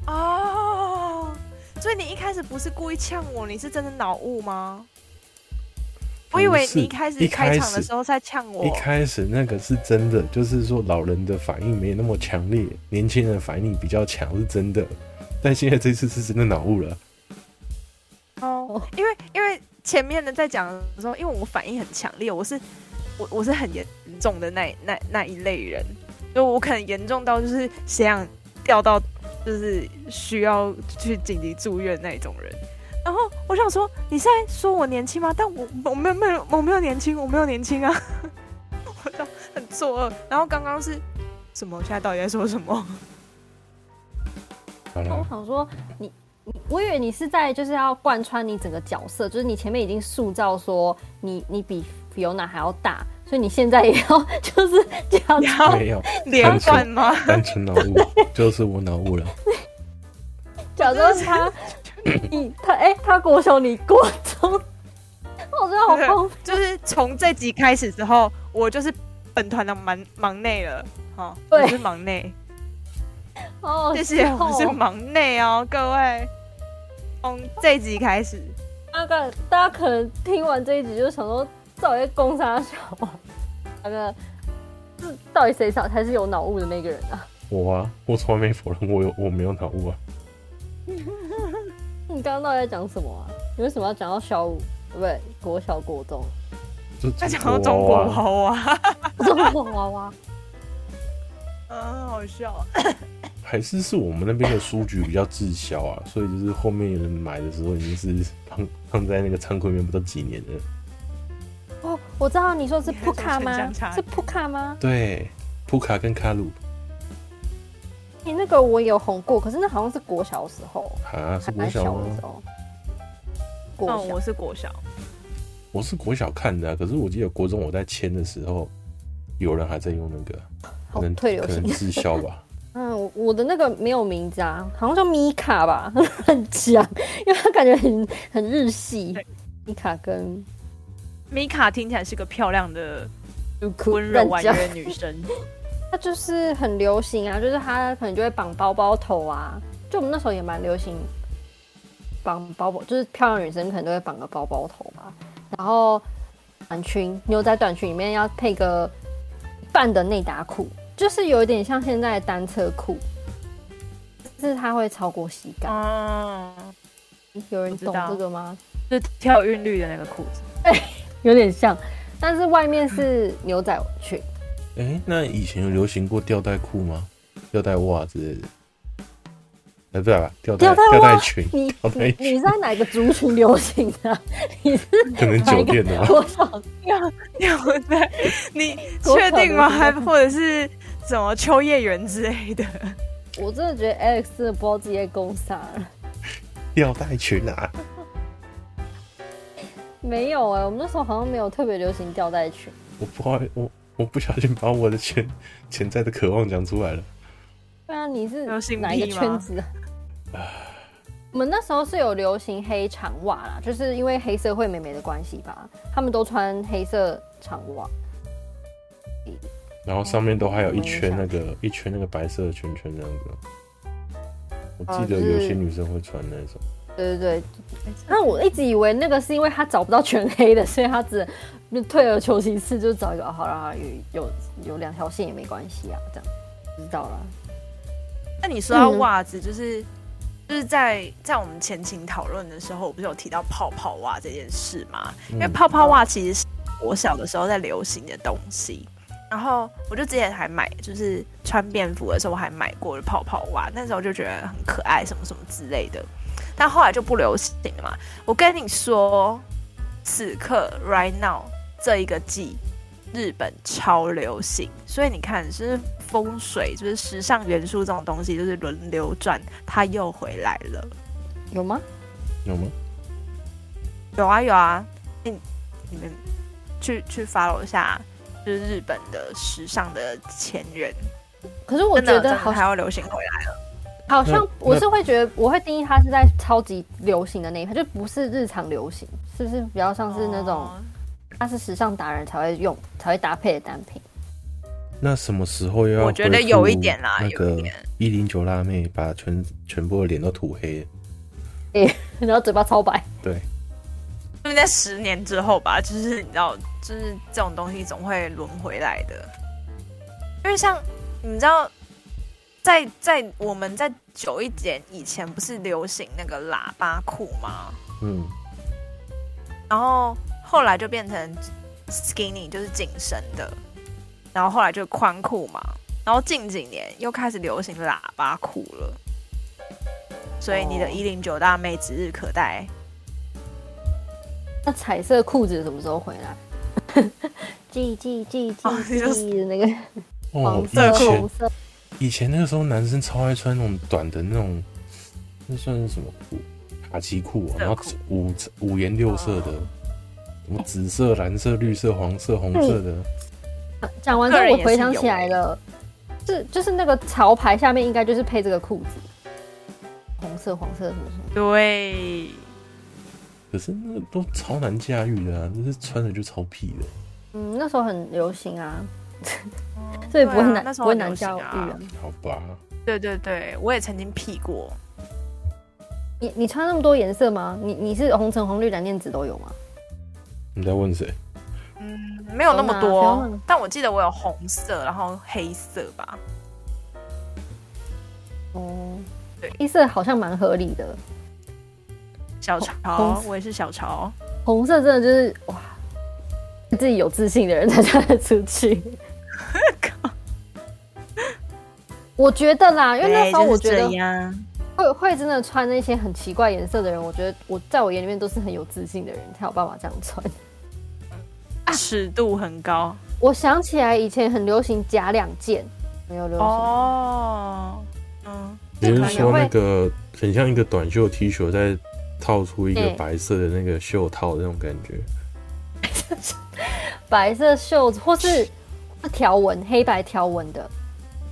[SPEAKER 1] 哦，所以你一开始不是故意呛我，你是真的脑雾吗？我以为你一开
[SPEAKER 2] 不是
[SPEAKER 1] 始
[SPEAKER 2] 一开
[SPEAKER 1] 开
[SPEAKER 2] 始
[SPEAKER 1] 场的时候在呛我
[SPEAKER 2] 一，开始那个是真的，就是说老人的反应没那么强烈，年轻人反应比较强是真的，但现在这次是真的脑雾了。
[SPEAKER 1] 哦，因为因为前面的在讲的时候，因为我反应很强烈，我是我我是很严重的那那那一类人，就我可能严重到就是血氧掉到就是需要去紧急住院那一种人。然后我想说，你是在说我年轻吗？但我我没有没有我没有年轻，我没有年轻啊！ <laughs> 我就很作愕。然后刚刚是什么？现在到底在说什么？
[SPEAKER 2] 好
[SPEAKER 4] 我
[SPEAKER 2] 了，
[SPEAKER 1] 嗯
[SPEAKER 4] 想说你，你我以为你是在就是要贯穿你整个角色，就是你前面已经塑造说你你比 Fiona 还要大，所以你现在也要就是这样
[SPEAKER 1] 然后
[SPEAKER 2] 没有
[SPEAKER 1] 连贯吗？
[SPEAKER 2] <laughs> 单纯脑雾，就是我脑雾了。
[SPEAKER 4] 假装他你他哎、他国小你国中，我真的
[SPEAKER 1] 啊
[SPEAKER 4] 好荒谬。
[SPEAKER 1] 就是从这集开始之后，我就是本团的忙忙内了。好、
[SPEAKER 4] 对
[SPEAKER 1] 我是忙内，
[SPEAKER 4] 好好
[SPEAKER 1] 谢谢，
[SPEAKER 4] 笑
[SPEAKER 1] 我是
[SPEAKER 4] 哦
[SPEAKER 1] 忙内哦，各位。从这集开始，
[SPEAKER 4] 大概大家可能听完这一集就想说，到底在攻杀小啊？那个是到底谁才才是有脑雾的那个人啊？
[SPEAKER 2] 我啊，我从来没否认我有我没有脑雾啊。
[SPEAKER 4] 你刚刚到底在讲什么啊？你为什么要讲到小五？对不对？国小、国中，
[SPEAKER 2] 就
[SPEAKER 1] 他讲到中国
[SPEAKER 2] 啊，
[SPEAKER 1] 娃娃，
[SPEAKER 4] 中国娃娃，
[SPEAKER 1] <laughs> 嗯，好笑啊。
[SPEAKER 2] 还是是我们那边的书局比较滞销啊， <laughs> 所以就是后面有人买的时候已经是放放在那个仓库里面不知道几年了。
[SPEAKER 4] 哦，我知道你说是
[SPEAKER 1] 你还有
[SPEAKER 4] 扑
[SPEAKER 1] 什么
[SPEAKER 4] 卡
[SPEAKER 1] 城
[SPEAKER 4] 吗
[SPEAKER 1] 乡？差
[SPEAKER 4] 是
[SPEAKER 1] 异
[SPEAKER 4] 扑卡吗？
[SPEAKER 2] 对，普卡跟卡鲁
[SPEAKER 4] 你、那个我有红过，可是那好像是国小的时候，
[SPEAKER 2] 啊，是
[SPEAKER 4] 还
[SPEAKER 2] 国
[SPEAKER 4] 蛮
[SPEAKER 2] 小
[SPEAKER 4] 小的
[SPEAKER 2] 吗
[SPEAKER 4] 时？候。
[SPEAKER 1] 嗯，
[SPEAKER 4] 国小
[SPEAKER 1] 我是国小，
[SPEAKER 2] 我是国小看的啊、可是我记得国中我在签的时候，有人还在用那个啊，
[SPEAKER 4] 好
[SPEAKER 2] 可能
[SPEAKER 4] 退流
[SPEAKER 2] 可能
[SPEAKER 4] 行。
[SPEAKER 2] 滞销吧。
[SPEAKER 4] <laughs> 嗯，我我的那个没有名字啊，好像叫米卡吧， <laughs> 很强，因为它感觉很很日系
[SPEAKER 1] 对。
[SPEAKER 4] 米卡跟
[SPEAKER 1] 米卡听起来是个漂亮的、温
[SPEAKER 4] 温
[SPEAKER 1] 柔婉约的女
[SPEAKER 4] <laughs>
[SPEAKER 1] 生。
[SPEAKER 4] 它就是很流行啊，就是它可能就会绑包包头啊，就我们那时候也蛮流行绑包包，就是漂亮女生可能都会绑个包包头吧，然后短裙牛仔短裙里面要配个一半的内搭裤，就是有一点像现在的单车裤，但是它会超过膝盖，
[SPEAKER 1] 嗯，
[SPEAKER 4] 有人
[SPEAKER 1] 我知
[SPEAKER 4] 懂
[SPEAKER 1] 道
[SPEAKER 4] 这个吗？
[SPEAKER 1] 是跳韵律的那个裤子。
[SPEAKER 4] 有点像，但是外面是牛仔裙，
[SPEAKER 2] 哎、那以前有流行过吊带裤吗？吊带袜之类的？哎、不对吧？吊带
[SPEAKER 4] 吊带袜
[SPEAKER 2] 吊带裙，
[SPEAKER 4] 你
[SPEAKER 2] 吊带
[SPEAKER 4] 你你
[SPEAKER 2] 裙
[SPEAKER 4] 是在哪个族群流行的、 <laughs> 啊？你是
[SPEAKER 2] 可能
[SPEAKER 4] 哪
[SPEAKER 2] 酒
[SPEAKER 4] 一个
[SPEAKER 2] 店的吧。
[SPEAKER 4] 多少
[SPEAKER 1] 对不 <laughs> 对？ <laughs> 你确定吗？还或者是什么秋叶原之类的？
[SPEAKER 4] 我真的觉得 Alex 真的啊不知道自己在攻啥了。
[SPEAKER 2] 吊带裙啊，
[SPEAKER 4] 没有哎、我们那时候好像没有特别流行吊带裙。
[SPEAKER 2] 我不好，我我不小心把我的潜 <laughs> 潜在的渴望讲出来了。
[SPEAKER 4] 对啊，你是
[SPEAKER 1] 流行
[SPEAKER 4] 哪一个
[SPEAKER 1] 癖吗
[SPEAKER 4] 圈子 <sighs> 啊？我们那时候是有流行黑长袜啦，就是因为黑社会妹妹的关系吧，他们都穿黑色长袜。
[SPEAKER 2] 然后上面都还有一圈那
[SPEAKER 1] 哦
[SPEAKER 2] 个一圈那个白色的圈圈那样子。我记得
[SPEAKER 4] 哦就是
[SPEAKER 2] 有些女生会穿那种，
[SPEAKER 4] 对对对，那我一直以为那个是因为他找不到全黑的，所以他只能退而求其次，就找一个、啊好啦，有有有两条线也没关系啊，这样知道了。
[SPEAKER 1] 那你说到
[SPEAKER 4] 嗯
[SPEAKER 1] 袜子，就是、就是在在我们前情讨论的时候，我不是有提到泡泡袜这件事吗？因为
[SPEAKER 2] 嗯
[SPEAKER 1] 泡泡袜其实是我小的时候在流行的东西，然后我就之前还买，就是穿便服的时候我还买过泡泡袜，那时候就觉得很可爱，什么什么之类的。但后来就不流行了嘛。我跟你说，此刻 right now 这一个季，日本超流行，所以你看，是不是风水，就是时尚元素这种东西，就是轮流转，它又回来了。
[SPEAKER 4] 有吗？
[SPEAKER 2] 有吗？
[SPEAKER 1] 有啊有啊，你你们去去 follow 一下，就是日本的时尚的前人，
[SPEAKER 4] 可是我
[SPEAKER 1] 真的
[SPEAKER 4] 觉
[SPEAKER 1] 真
[SPEAKER 4] 得
[SPEAKER 1] 的
[SPEAKER 4] 好
[SPEAKER 1] 还要流行回来。
[SPEAKER 4] 好像
[SPEAKER 2] 那
[SPEAKER 4] 我是会觉得，我会定义它是在超级流行的那一派，就不是日常流行，是不是比较像是那种
[SPEAKER 1] 哦
[SPEAKER 4] 它是时尚达人才会用、才会搭配的单品？
[SPEAKER 2] 那什么时候又要
[SPEAKER 1] 我觉得
[SPEAKER 2] 恢复
[SPEAKER 1] 有一点啦
[SPEAKER 2] 那
[SPEAKER 1] 有一
[SPEAKER 2] 个
[SPEAKER 1] 点
[SPEAKER 2] 一零九辣妹把全全部的脸都涂黑，
[SPEAKER 4] 然后嘴巴超白，
[SPEAKER 2] 对，
[SPEAKER 1] 因为在十年之后吧，就是你知道，就是这种东西总会轮回来的。因为像你知道，在在我们在久一点以前，不是流行那个喇叭裤吗？
[SPEAKER 2] 嗯，
[SPEAKER 1] 然后后来就变成 skinny，就是紧身的，然后后来就宽裤嘛，然后近几年又开始流行喇叭裤了，所以你的
[SPEAKER 4] 哦
[SPEAKER 1] 一零九大妹指日可待。
[SPEAKER 4] 那彩色裤子什么时候回来？记记记
[SPEAKER 1] 哦
[SPEAKER 4] 记
[SPEAKER 1] 你就
[SPEAKER 4] 记的那个
[SPEAKER 2] 哦
[SPEAKER 4] 黄，
[SPEAKER 2] 以
[SPEAKER 4] 色、红
[SPEAKER 2] 前
[SPEAKER 4] 色，
[SPEAKER 2] 以前那个时候男生超爱穿那种短的那种，那算是什么裤？卡其裤、哦，
[SPEAKER 1] 色裤
[SPEAKER 2] 然后五五颜六色
[SPEAKER 4] 哦
[SPEAKER 2] 的，什么紫色、蓝色、绿色、黄色、红色的，
[SPEAKER 4] 讲完之后
[SPEAKER 1] 个人
[SPEAKER 4] 我
[SPEAKER 1] 也是
[SPEAKER 4] 回想
[SPEAKER 1] 有欸
[SPEAKER 4] 起来了，是就是那个潮牌下面应该就是配这个裤子，红色、黄色什么什么。
[SPEAKER 1] 对，
[SPEAKER 2] 可是那个都超难驾驭的啊，就是穿着就超屁的。
[SPEAKER 4] 嗯，那时候很流行啊，所以不会
[SPEAKER 1] 对啊
[SPEAKER 4] 难、
[SPEAKER 1] 那时
[SPEAKER 4] 不
[SPEAKER 1] 候
[SPEAKER 4] 会
[SPEAKER 1] 很
[SPEAKER 4] 难
[SPEAKER 1] 流行
[SPEAKER 4] 教育
[SPEAKER 1] 啊
[SPEAKER 4] 啊。
[SPEAKER 2] 好吧，
[SPEAKER 1] 对对对，我也曾经 P 过。
[SPEAKER 4] 你你穿那么多颜色吗？你你是红橙黄绿蓝靛紫都有吗？
[SPEAKER 2] 你在问谁？
[SPEAKER 1] 嗯，没有那么
[SPEAKER 4] 不哦要拿不要
[SPEAKER 1] 多
[SPEAKER 4] 拿，
[SPEAKER 1] 但我记得我有红色，然后黑色吧。
[SPEAKER 4] 哦，
[SPEAKER 1] 对
[SPEAKER 4] 黑色好像蛮合理的，
[SPEAKER 1] 小
[SPEAKER 4] 红
[SPEAKER 1] 潮
[SPEAKER 4] 红，色
[SPEAKER 1] 我也是小潮。
[SPEAKER 4] 红色真的就是哇，自己有自信的人才穿得出
[SPEAKER 1] <laughs>
[SPEAKER 4] 去。我觉得啦，因为那时候
[SPEAKER 1] 对
[SPEAKER 4] 我
[SPEAKER 1] 就是
[SPEAKER 4] 觉得
[SPEAKER 1] 这样
[SPEAKER 4] 会会真的穿那些很奇怪颜色的人，我觉得我在我眼里面都是很有自信的人才有办法这样穿。啊
[SPEAKER 1] 尺度很高
[SPEAKER 4] 我想起来以前很流行假两件，没有流行。
[SPEAKER 1] 哦。嗯，
[SPEAKER 2] 你
[SPEAKER 4] 可
[SPEAKER 2] 是
[SPEAKER 4] 能
[SPEAKER 2] 说
[SPEAKER 4] 会
[SPEAKER 2] 那个很像一个短袖 T 恤，再套出一个
[SPEAKER 4] 对
[SPEAKER 2] 白色的那个袖套的那种感觉？
[SPEAKER 4] 白色袖子，或是条纹，黑白条纹的。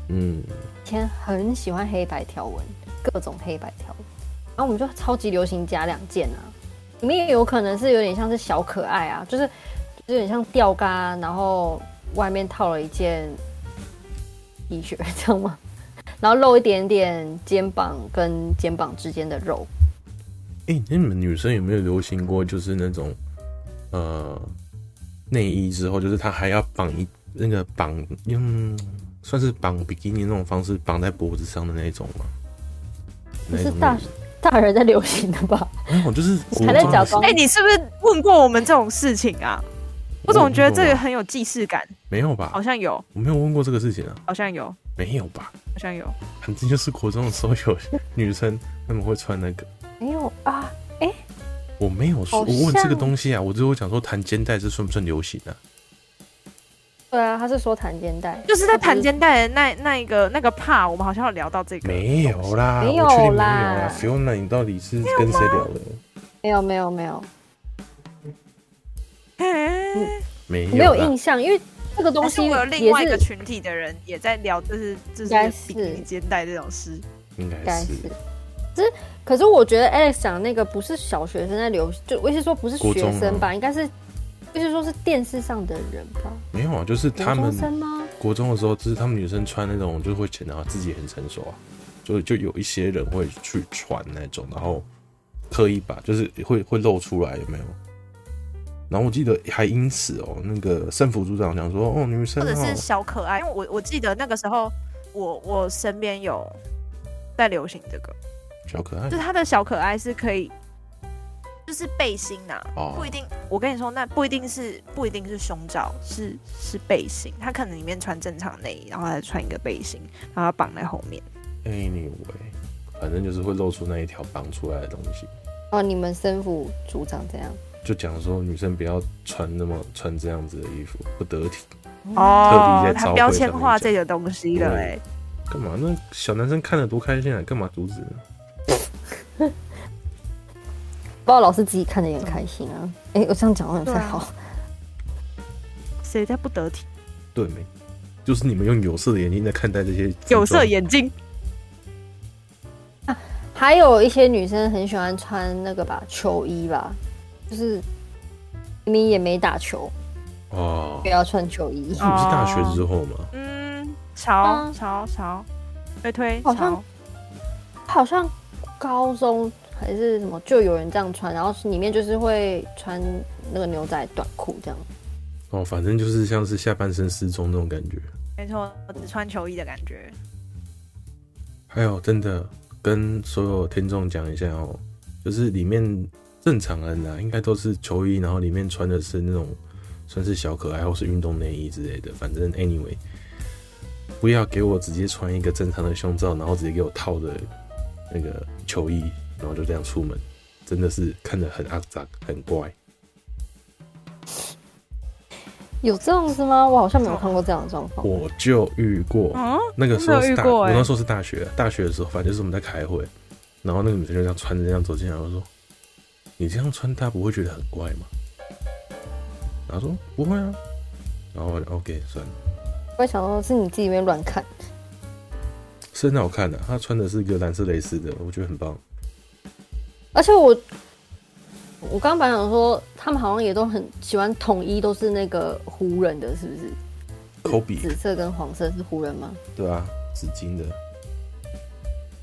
[SPEAKER 2] 嗯，
[SPEAKER 4] 以前很喜欢黑白条纹，各种黑白条纹。然后我们就超级流行加两件啊，里面也有可能是有点像是小可爱啊，就是就是有点像吊嘎，然后外面套了一件 T 恤， <laughs> 这样吗？然后露一点点肩膀跟肩膀之间的肉，
[SPEAKER 2] 哎、那你们女生有没有流行过就是那种呃内衣之后，就是她还要绑一那个绑用算是绑比基尼那种方式绑在脖子上的那种吗？
[SPEAKER 4] 不
[SPEAKER 2] 那
[SPEAKER 4] 是
[SPEAKER 2] 种
[SPEAKER 4] 大大人在流行的吧？
[SPEAKER 2] 那种就是
[SPEAKER 4] 你还在
[SPEAKER 2] 国中
[SPEAKER 4] 假
[SPEAKER 2] 的时候
[SPEAKER 1] 哎、
[SPEAKER 4] 装
[SPEAKER 1] 你是不是问过我们这种事情啊？我总觉得这个很有既视感，
[SPEAKER 2] 没有吧
[SPEAKER 4] 哎
[SPEAKER 1] 好？像有，
[SPEAKER 2] 我没有问过这个事情啊，
[SPEAKER 1] 好像有，好
[SPEAKER 2] 没有吧？
[SPEAKER 1] 像有。
[SPEAKER 2] 反正就是国中的时候有女生她们会穿那个，
[SPEAKER 4] <laughs> 没有啊，
[SPEAKER 2] 我没有说，
[SPEAKER 4] 好
[SPEAKER 2] 我问这个
[SPEAKER 4] 像
[SPEAKER 2] 东西啊，我只有讲说弹肩带这算不算流行啊？
[SPEAKER 4] 对啊，他是说弹肩带，
[SPEAKER 1] 就是在盘肩带的那那一个那个帕，我们好像有聊到这个。
[SPEAKER 2] 没有啦，
[SPEAKER 4] 没有
[SPEAKER 2] 我确定没有
[SPEAKER 4] 啦
[SPEAKER 2] 啦。Fiona，你到底是跟谁聊的？
[SPEAKER 4] 没有没有没有
[SPEAKER 1] 哎
[SPEAKER 2] 没有
[SPEAKER 4] 没有
[SPEAKER 2] 啦
[SPEAKER 4] 印象，因为这个嗯东
[SPEAKER 1] 还是
[SPEAKER 4] 西
[SPEAKER 1] 我有
[SPEAKER 4] 也
[SPEAKER 1] 另外一个
[SPEAKER 4] 是
[SPEAKER 1] 群体的人也在聊，就是就
[SPEAKER 4] 应
[SPEAKER 1] 是
[SPEAKER 4] 该是
[SPEAKER 1] 比基尼肩带这种事。
[SPEAKER 2] 应
[SPEAKER 4] 应
[SPEAKER 2] 该
[SPEAKER 4] 该
[SPEAKER 2] 是
[SPEAKER 4] 是。只是，可是我觉得 Alex 讲那个不是小学生在流，就我意思说不是学
[SPEAKER 2] 啊
[SPEAKER 4] 生吧，应该是，我意思说是电视上的人吧，
[SPEAKER 2] 没有啊，就是
[SPEAKER 4] 国
[SPEAKER 2] 他
[SPEAKER 4] 中
[SPEAKER 2] 们
[SPEAKER 4] 生吗？
[SPEAKER 2] 国中的时候，就是他们女生穿那种，就会显得自己很成熟啊，所以就有一些人会去穿那种，然后刻意把就是会会露出来，有没有？然后我记得还因此哦，那个胜辅组长讲说，哦，女生
[SPEAKER 1] 或者
[SPEAKER 2] 哦
[SPEAKER 1] 是，小可爱，因为我我记得那个时候，我我身边有在流行这个，
[SPEAKER 2] 小可爱
[SPEAKER 1] 就是他的小可爱是可以，就是背心呐、
[SPEAKER 2] 哦
[SPEAKER 1] 不一定。我跟你说，那不一定是不一定是胸罩，是是背心，他可能里面穿正常内衣，然后再穿一个背心，然后绑在后面。
[SPEAKER 2] ，anyway，反正就是会露出那一条绑出来的东西，
[SPEAKER 4] 哦，你们生父组长这样，
[SPEAKER 2] 就讲说女生不要穿那么穿这样子的衣服，不得体。
[SPEAKER 1] 哦，
[SPEAKER 2] 在招
[SPEAKER 1] 他
[SPEAKER 2] 会
[SPEAKER 1] 标
[SPEAKER 2] 上
[SPEAKER 1] 签
[SPEAKER 2] 面
[SPEAKER 1] 化
[SPEAKER 2] 讲
[SPEAKER 1] 这个东西了
[SPEAKER 2] 对
[SPEAKER 1] 哎，
[SPEAKER 2] 干嘛？那小男生看了多开心啊！干嘛阻止？
[SPEAKER 4] 不知道老师自己看的也很开心啊。
[SPEAKER 2] 嗯
[SPEAKER 4] 哎、我这样讲好像不太好。
[SPEAKER 1] 谁在不得体？
[SPEAKER 2] 对没？就是你们用有色的眼睛在看待这些
[SPEAKER 1] 有色眼睛，
[SPEAKER 4] 还有一些女生很喜欢穿那个吧球衣吧，就是明明也没打球，
[SPEAKER 2] 哦
[SPEAKER 4] 不。要穿球衣。
[SPEAKER 2] 是不是大学之后嘛？
[SPEAKER 1] 嗯，潮
[SPEAKER 4] 嗯
[SPEAKER 1] 潮潮，推推
[SPEAKER 4] 好像
[SPEAKER 1] 潮，
[SPEAKER 4] 好像高中还是什么就有人这样穿，然后里面就是会穿那个牛仔短裤这样。
[SPEAKER 2] 哦，反正就是像是下半身失踪那种感觉。
[SPEAKER 1] 没错，只穿球衣的感觉。
[SPEAKER 2] 还有，真的跟所有听众讲一下哦，就是里面正常人啊，应该都是球衣，然后里面穿的是那种算是小可爱或是运动内衣之类的。反正 anyway，不要给我直接穿一个正常的胸罩，然后直接给我套着那个球衣，然后就这样出门，真的是看着很肮脏，很怪。
[SPEAKER 4] 有这样子吗？我好像没有看过这样的状况。
[SPEAKER 2] 我就遇过，
[SPEAKER 4] 啊
[SPEAKER 1] 嗯，
[SPEAKER 2] 那个时候是
[SPEAKER 1] 真的
[SPEAKER 2] 大，
[SPEAKER 1] 有遇过
[SPEAKER 2] 我
[SPEAKER 1] 欸
[SPEAKER 2] 那时候是大学，大学的时候，反正就是我们在开会，然后那个女生就这样穿着这样走进来，我说：“你这样穿搭不会觉得很怪吗？”然后说：“不会啊。”然后我就 OK 算了，
[SPEAKER 4] 我也想说是你自己没乱看，
[SPEAKER 2] 是很好看的、她穿的是一个蓝色蕾丝的，我觉得很棒。
[SPEAKER 4] 而且我我刚刚本来想说他们好像也都很喜欢统一，都是那个湖人的，是不是？
[SPEAKER 2] 科比
[SPEAKER 4] 紫色跟黄色是湖人吗？
[SPEAKER 2] 对啊，紫金的，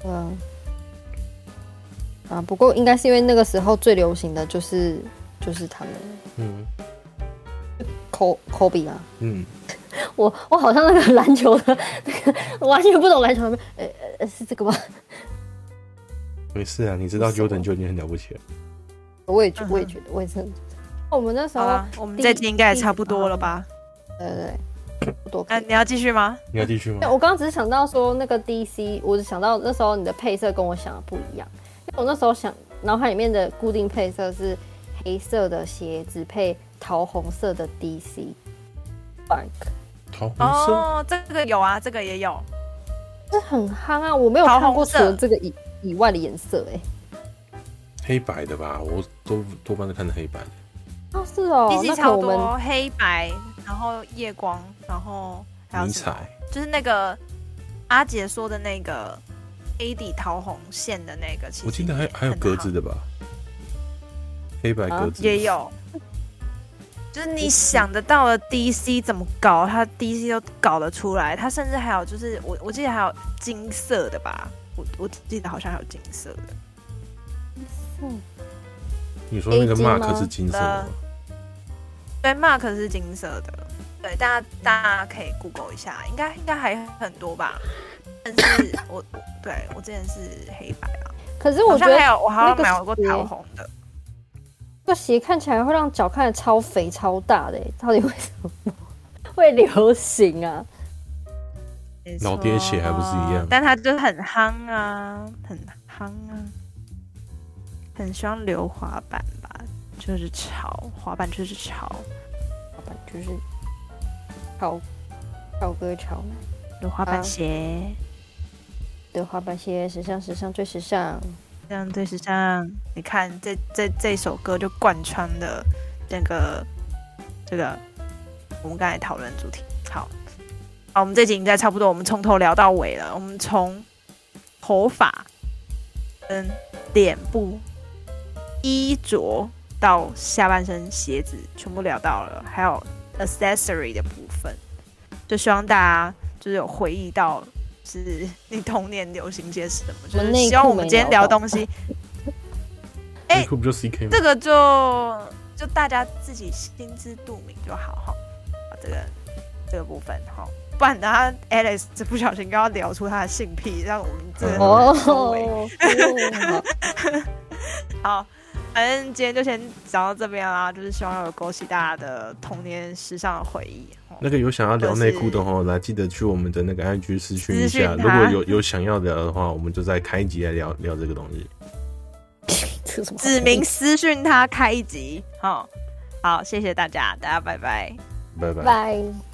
[SPEAKER 4] 对啊。啊，不过应该是因为那个时候最流行的就是就是他们
[SPEAKER 2] 嗯
[SPEAKER 4] 科科比啊，
[SPEAKER 2] 嗯，
[SPEAKER 4] 我我好像那个 <laughs> 篮球的那个我完全不懂篮球的，呃呃呃是这个吗？ <laughs>
[SPEAKER 2] 没事啊，你知道 Jordan 就已经很了不起了。
[SPEAKER 4] 我也觉
[SPEAKER 1] 嗯哼
[SPEAKER 4] 我也觉得我也是很。哦我们那时
[SPEAKER 1] 好啊
[SPEAKER 4] 候
[SPEAKER 1] 啦，我们这集应该也差不多了吧？
[SPEAKER 4] 对对对，多
[SPEAKER 1] 那你要继续吗？
[SPEAKER 2] 你要继续
[SPEAKER 1] 哦
[SPEAKER 2] 吗
[SPEAKER 4] 但？我刚刚只是想到说那个 DC，我只想到那时候你的配色跟我想的不一样，因为我那时候想脑海里面的固定配色是黑色的鞋子配桃红色的 DC。Bank，
[SPEAKER 2] 桃红色，
[SPEAKER 1] 哦，这个有啊，这个也有。
[SPEAKER 4] 这很夯啊！我没有
[SPEAKER 1] 桃
[SPEAKER 4] 看过
[SPEAKER 1] 红色
[SPEAKER 4] 除了这个以以外的颜色哎、
[SPEAKER 2] 黑白的吧？我都多半是看的黑白的。
[SPEAKER 4] 哦是哦，
[SPEAKER 1] 第
[SPEAKER 4] 那
[SPEAKER 1] 七
[SPEAKER 4] 可能
[SPEAKER 1] 超
[SPEAKER 4] 我们
[SPEAKER 1] 多黑白，然后夜光，然后还有
[SPEAKER 2] 迷
[SPEAKER 1] 什么？
[SPEAKER 2] 彩，
[SPEAKER 1] 就是那个阿姐说的那个 A D 桃红线的那个，其实
[SPEAKER 2] 我记得还
[SPEAKER 1] 也
[SPEAKER 2] 还有
[SPEAKER 1] 很
[SPEAKER 2] 格
[SPEAKER 1] 好
[SPEAKER 2] 子的吧？黑白格子的
[SPEAKER 1] 啊也有，就是你想得到的 DC 怎么搞，它 DC 都搞得出来。它甚至还有就是我我记得还有金色的吧，我我记得好像还有金色的。
[SPEAKER 4] 嗯
[SPEAKER 2] 你说那个
[SPEAKER 4] A 金
[SPEAKER 2] mark
[SPEAKER 4] 吗
[SPEAKER 2] 是金色的吗？
[SPEAKER 1] 对，Mark 是金色的，对，大家大家可以 Google 一下，应该应该还很多吧。但
[SPEAKER 4] <laughs>
[SPEAKER 1] 是我我对我之前是黑白啊，
[SPEAKER 4] 可是我
[SPEAKER 1] 好
[SPEAKER 4] 觉
[SPEAKER 1] 像
[SPEAKER 4] 得
[SPEAKER 1] 还有我好
[SPEAKER 4] 那
[SPEAKER 1] 像
[SPEAKER 4] 个
[SPEAKER 1] 买过
[SPEAKER 4] 鞋
[SPEAKER 1] 桃红的，
[SPEAKER 4] 这个鞋看起来会让脚看得超肥超大的欸，到底为什么 <laughs> 会流行啊？
[SPEAKER 1] 没
[SPEAKER 2] 老爹鞋还不是一样
[SPEAKER 1] 错但他就是很夯啊，很夯啊，很喜欢溜滑板吧，就是潮，滑板就是潮，
[SPEAKER 4] 老板就是超超哥超
[SPEAKER 1] 溜滑
[SPEAKER 4] 嗯
[SPEAKER 1] 板鞋，
[SPEAKER 4] 的滑板鞋，时尚时尚最时尚。
[SPEAKER 1] 这样对时尚。你看这这这首歌就贯穿了那个这个我们刚才讨论的主题。好，好，我们这集应该差不多，我们从头聊到尾了，我们从头发跟脸部衣着到下半身鞋子全部聊到了，还有 accessory 的部分，就希望大家就是有回忆到，是你童年流行些什么，就
[SPEAKER 4] 我
[SPEAKER 1] 是
[SPEAKER 4] 内裤
[SPEAKER 1] 希望我们
[SPEAKER 4] 没
[SPEAKER 1] 今天
[SPEAKER 4] 聊
[SPEAKER 1] 聊
[SPEAKER 4] 到
[SPEAKER 1] 东西，哎
[SPEAKER 2] 内裤不就 CK 吗
[SPEAKER 1] 这？个就就大家自己心知肚明就好哈。好这个这个部分哈，不然等下 Alex 不小心刚刚聊出他的性癖，让我们这个
[SPEAKER 2] 嗯
[SPEAKER 4] 哦，
[SPEAKER 1] 收尾
[SPEAKER 4] <laughs> 哦
[SPEAKER 1] 好，反正今天就先讲到这边啦，就是希望有勾起大家的童年时尚的回忆。哦
[SPEAKER 2] 那个有想要聊内裤的
[SPEAKER 1] 或
[SPEAKER 2] 话，来记得去我们的那个 IG 私讯一
[SPEAKER 1] 私讯
[SPEAKER 2] 下。
[SPEAKER 1] 他
[SPEAKER 2] 如果有有想要聊的话，我们就再开一集来聊聊这个东西。
[SPEAKER 4] 这有什么好
[SPEAKER 1] 指名私讯他开一集，好，好，谢谢大家，大家拜拜。
[SPEAKER 2] 拜拜。
[SPEAKER 4] 拜。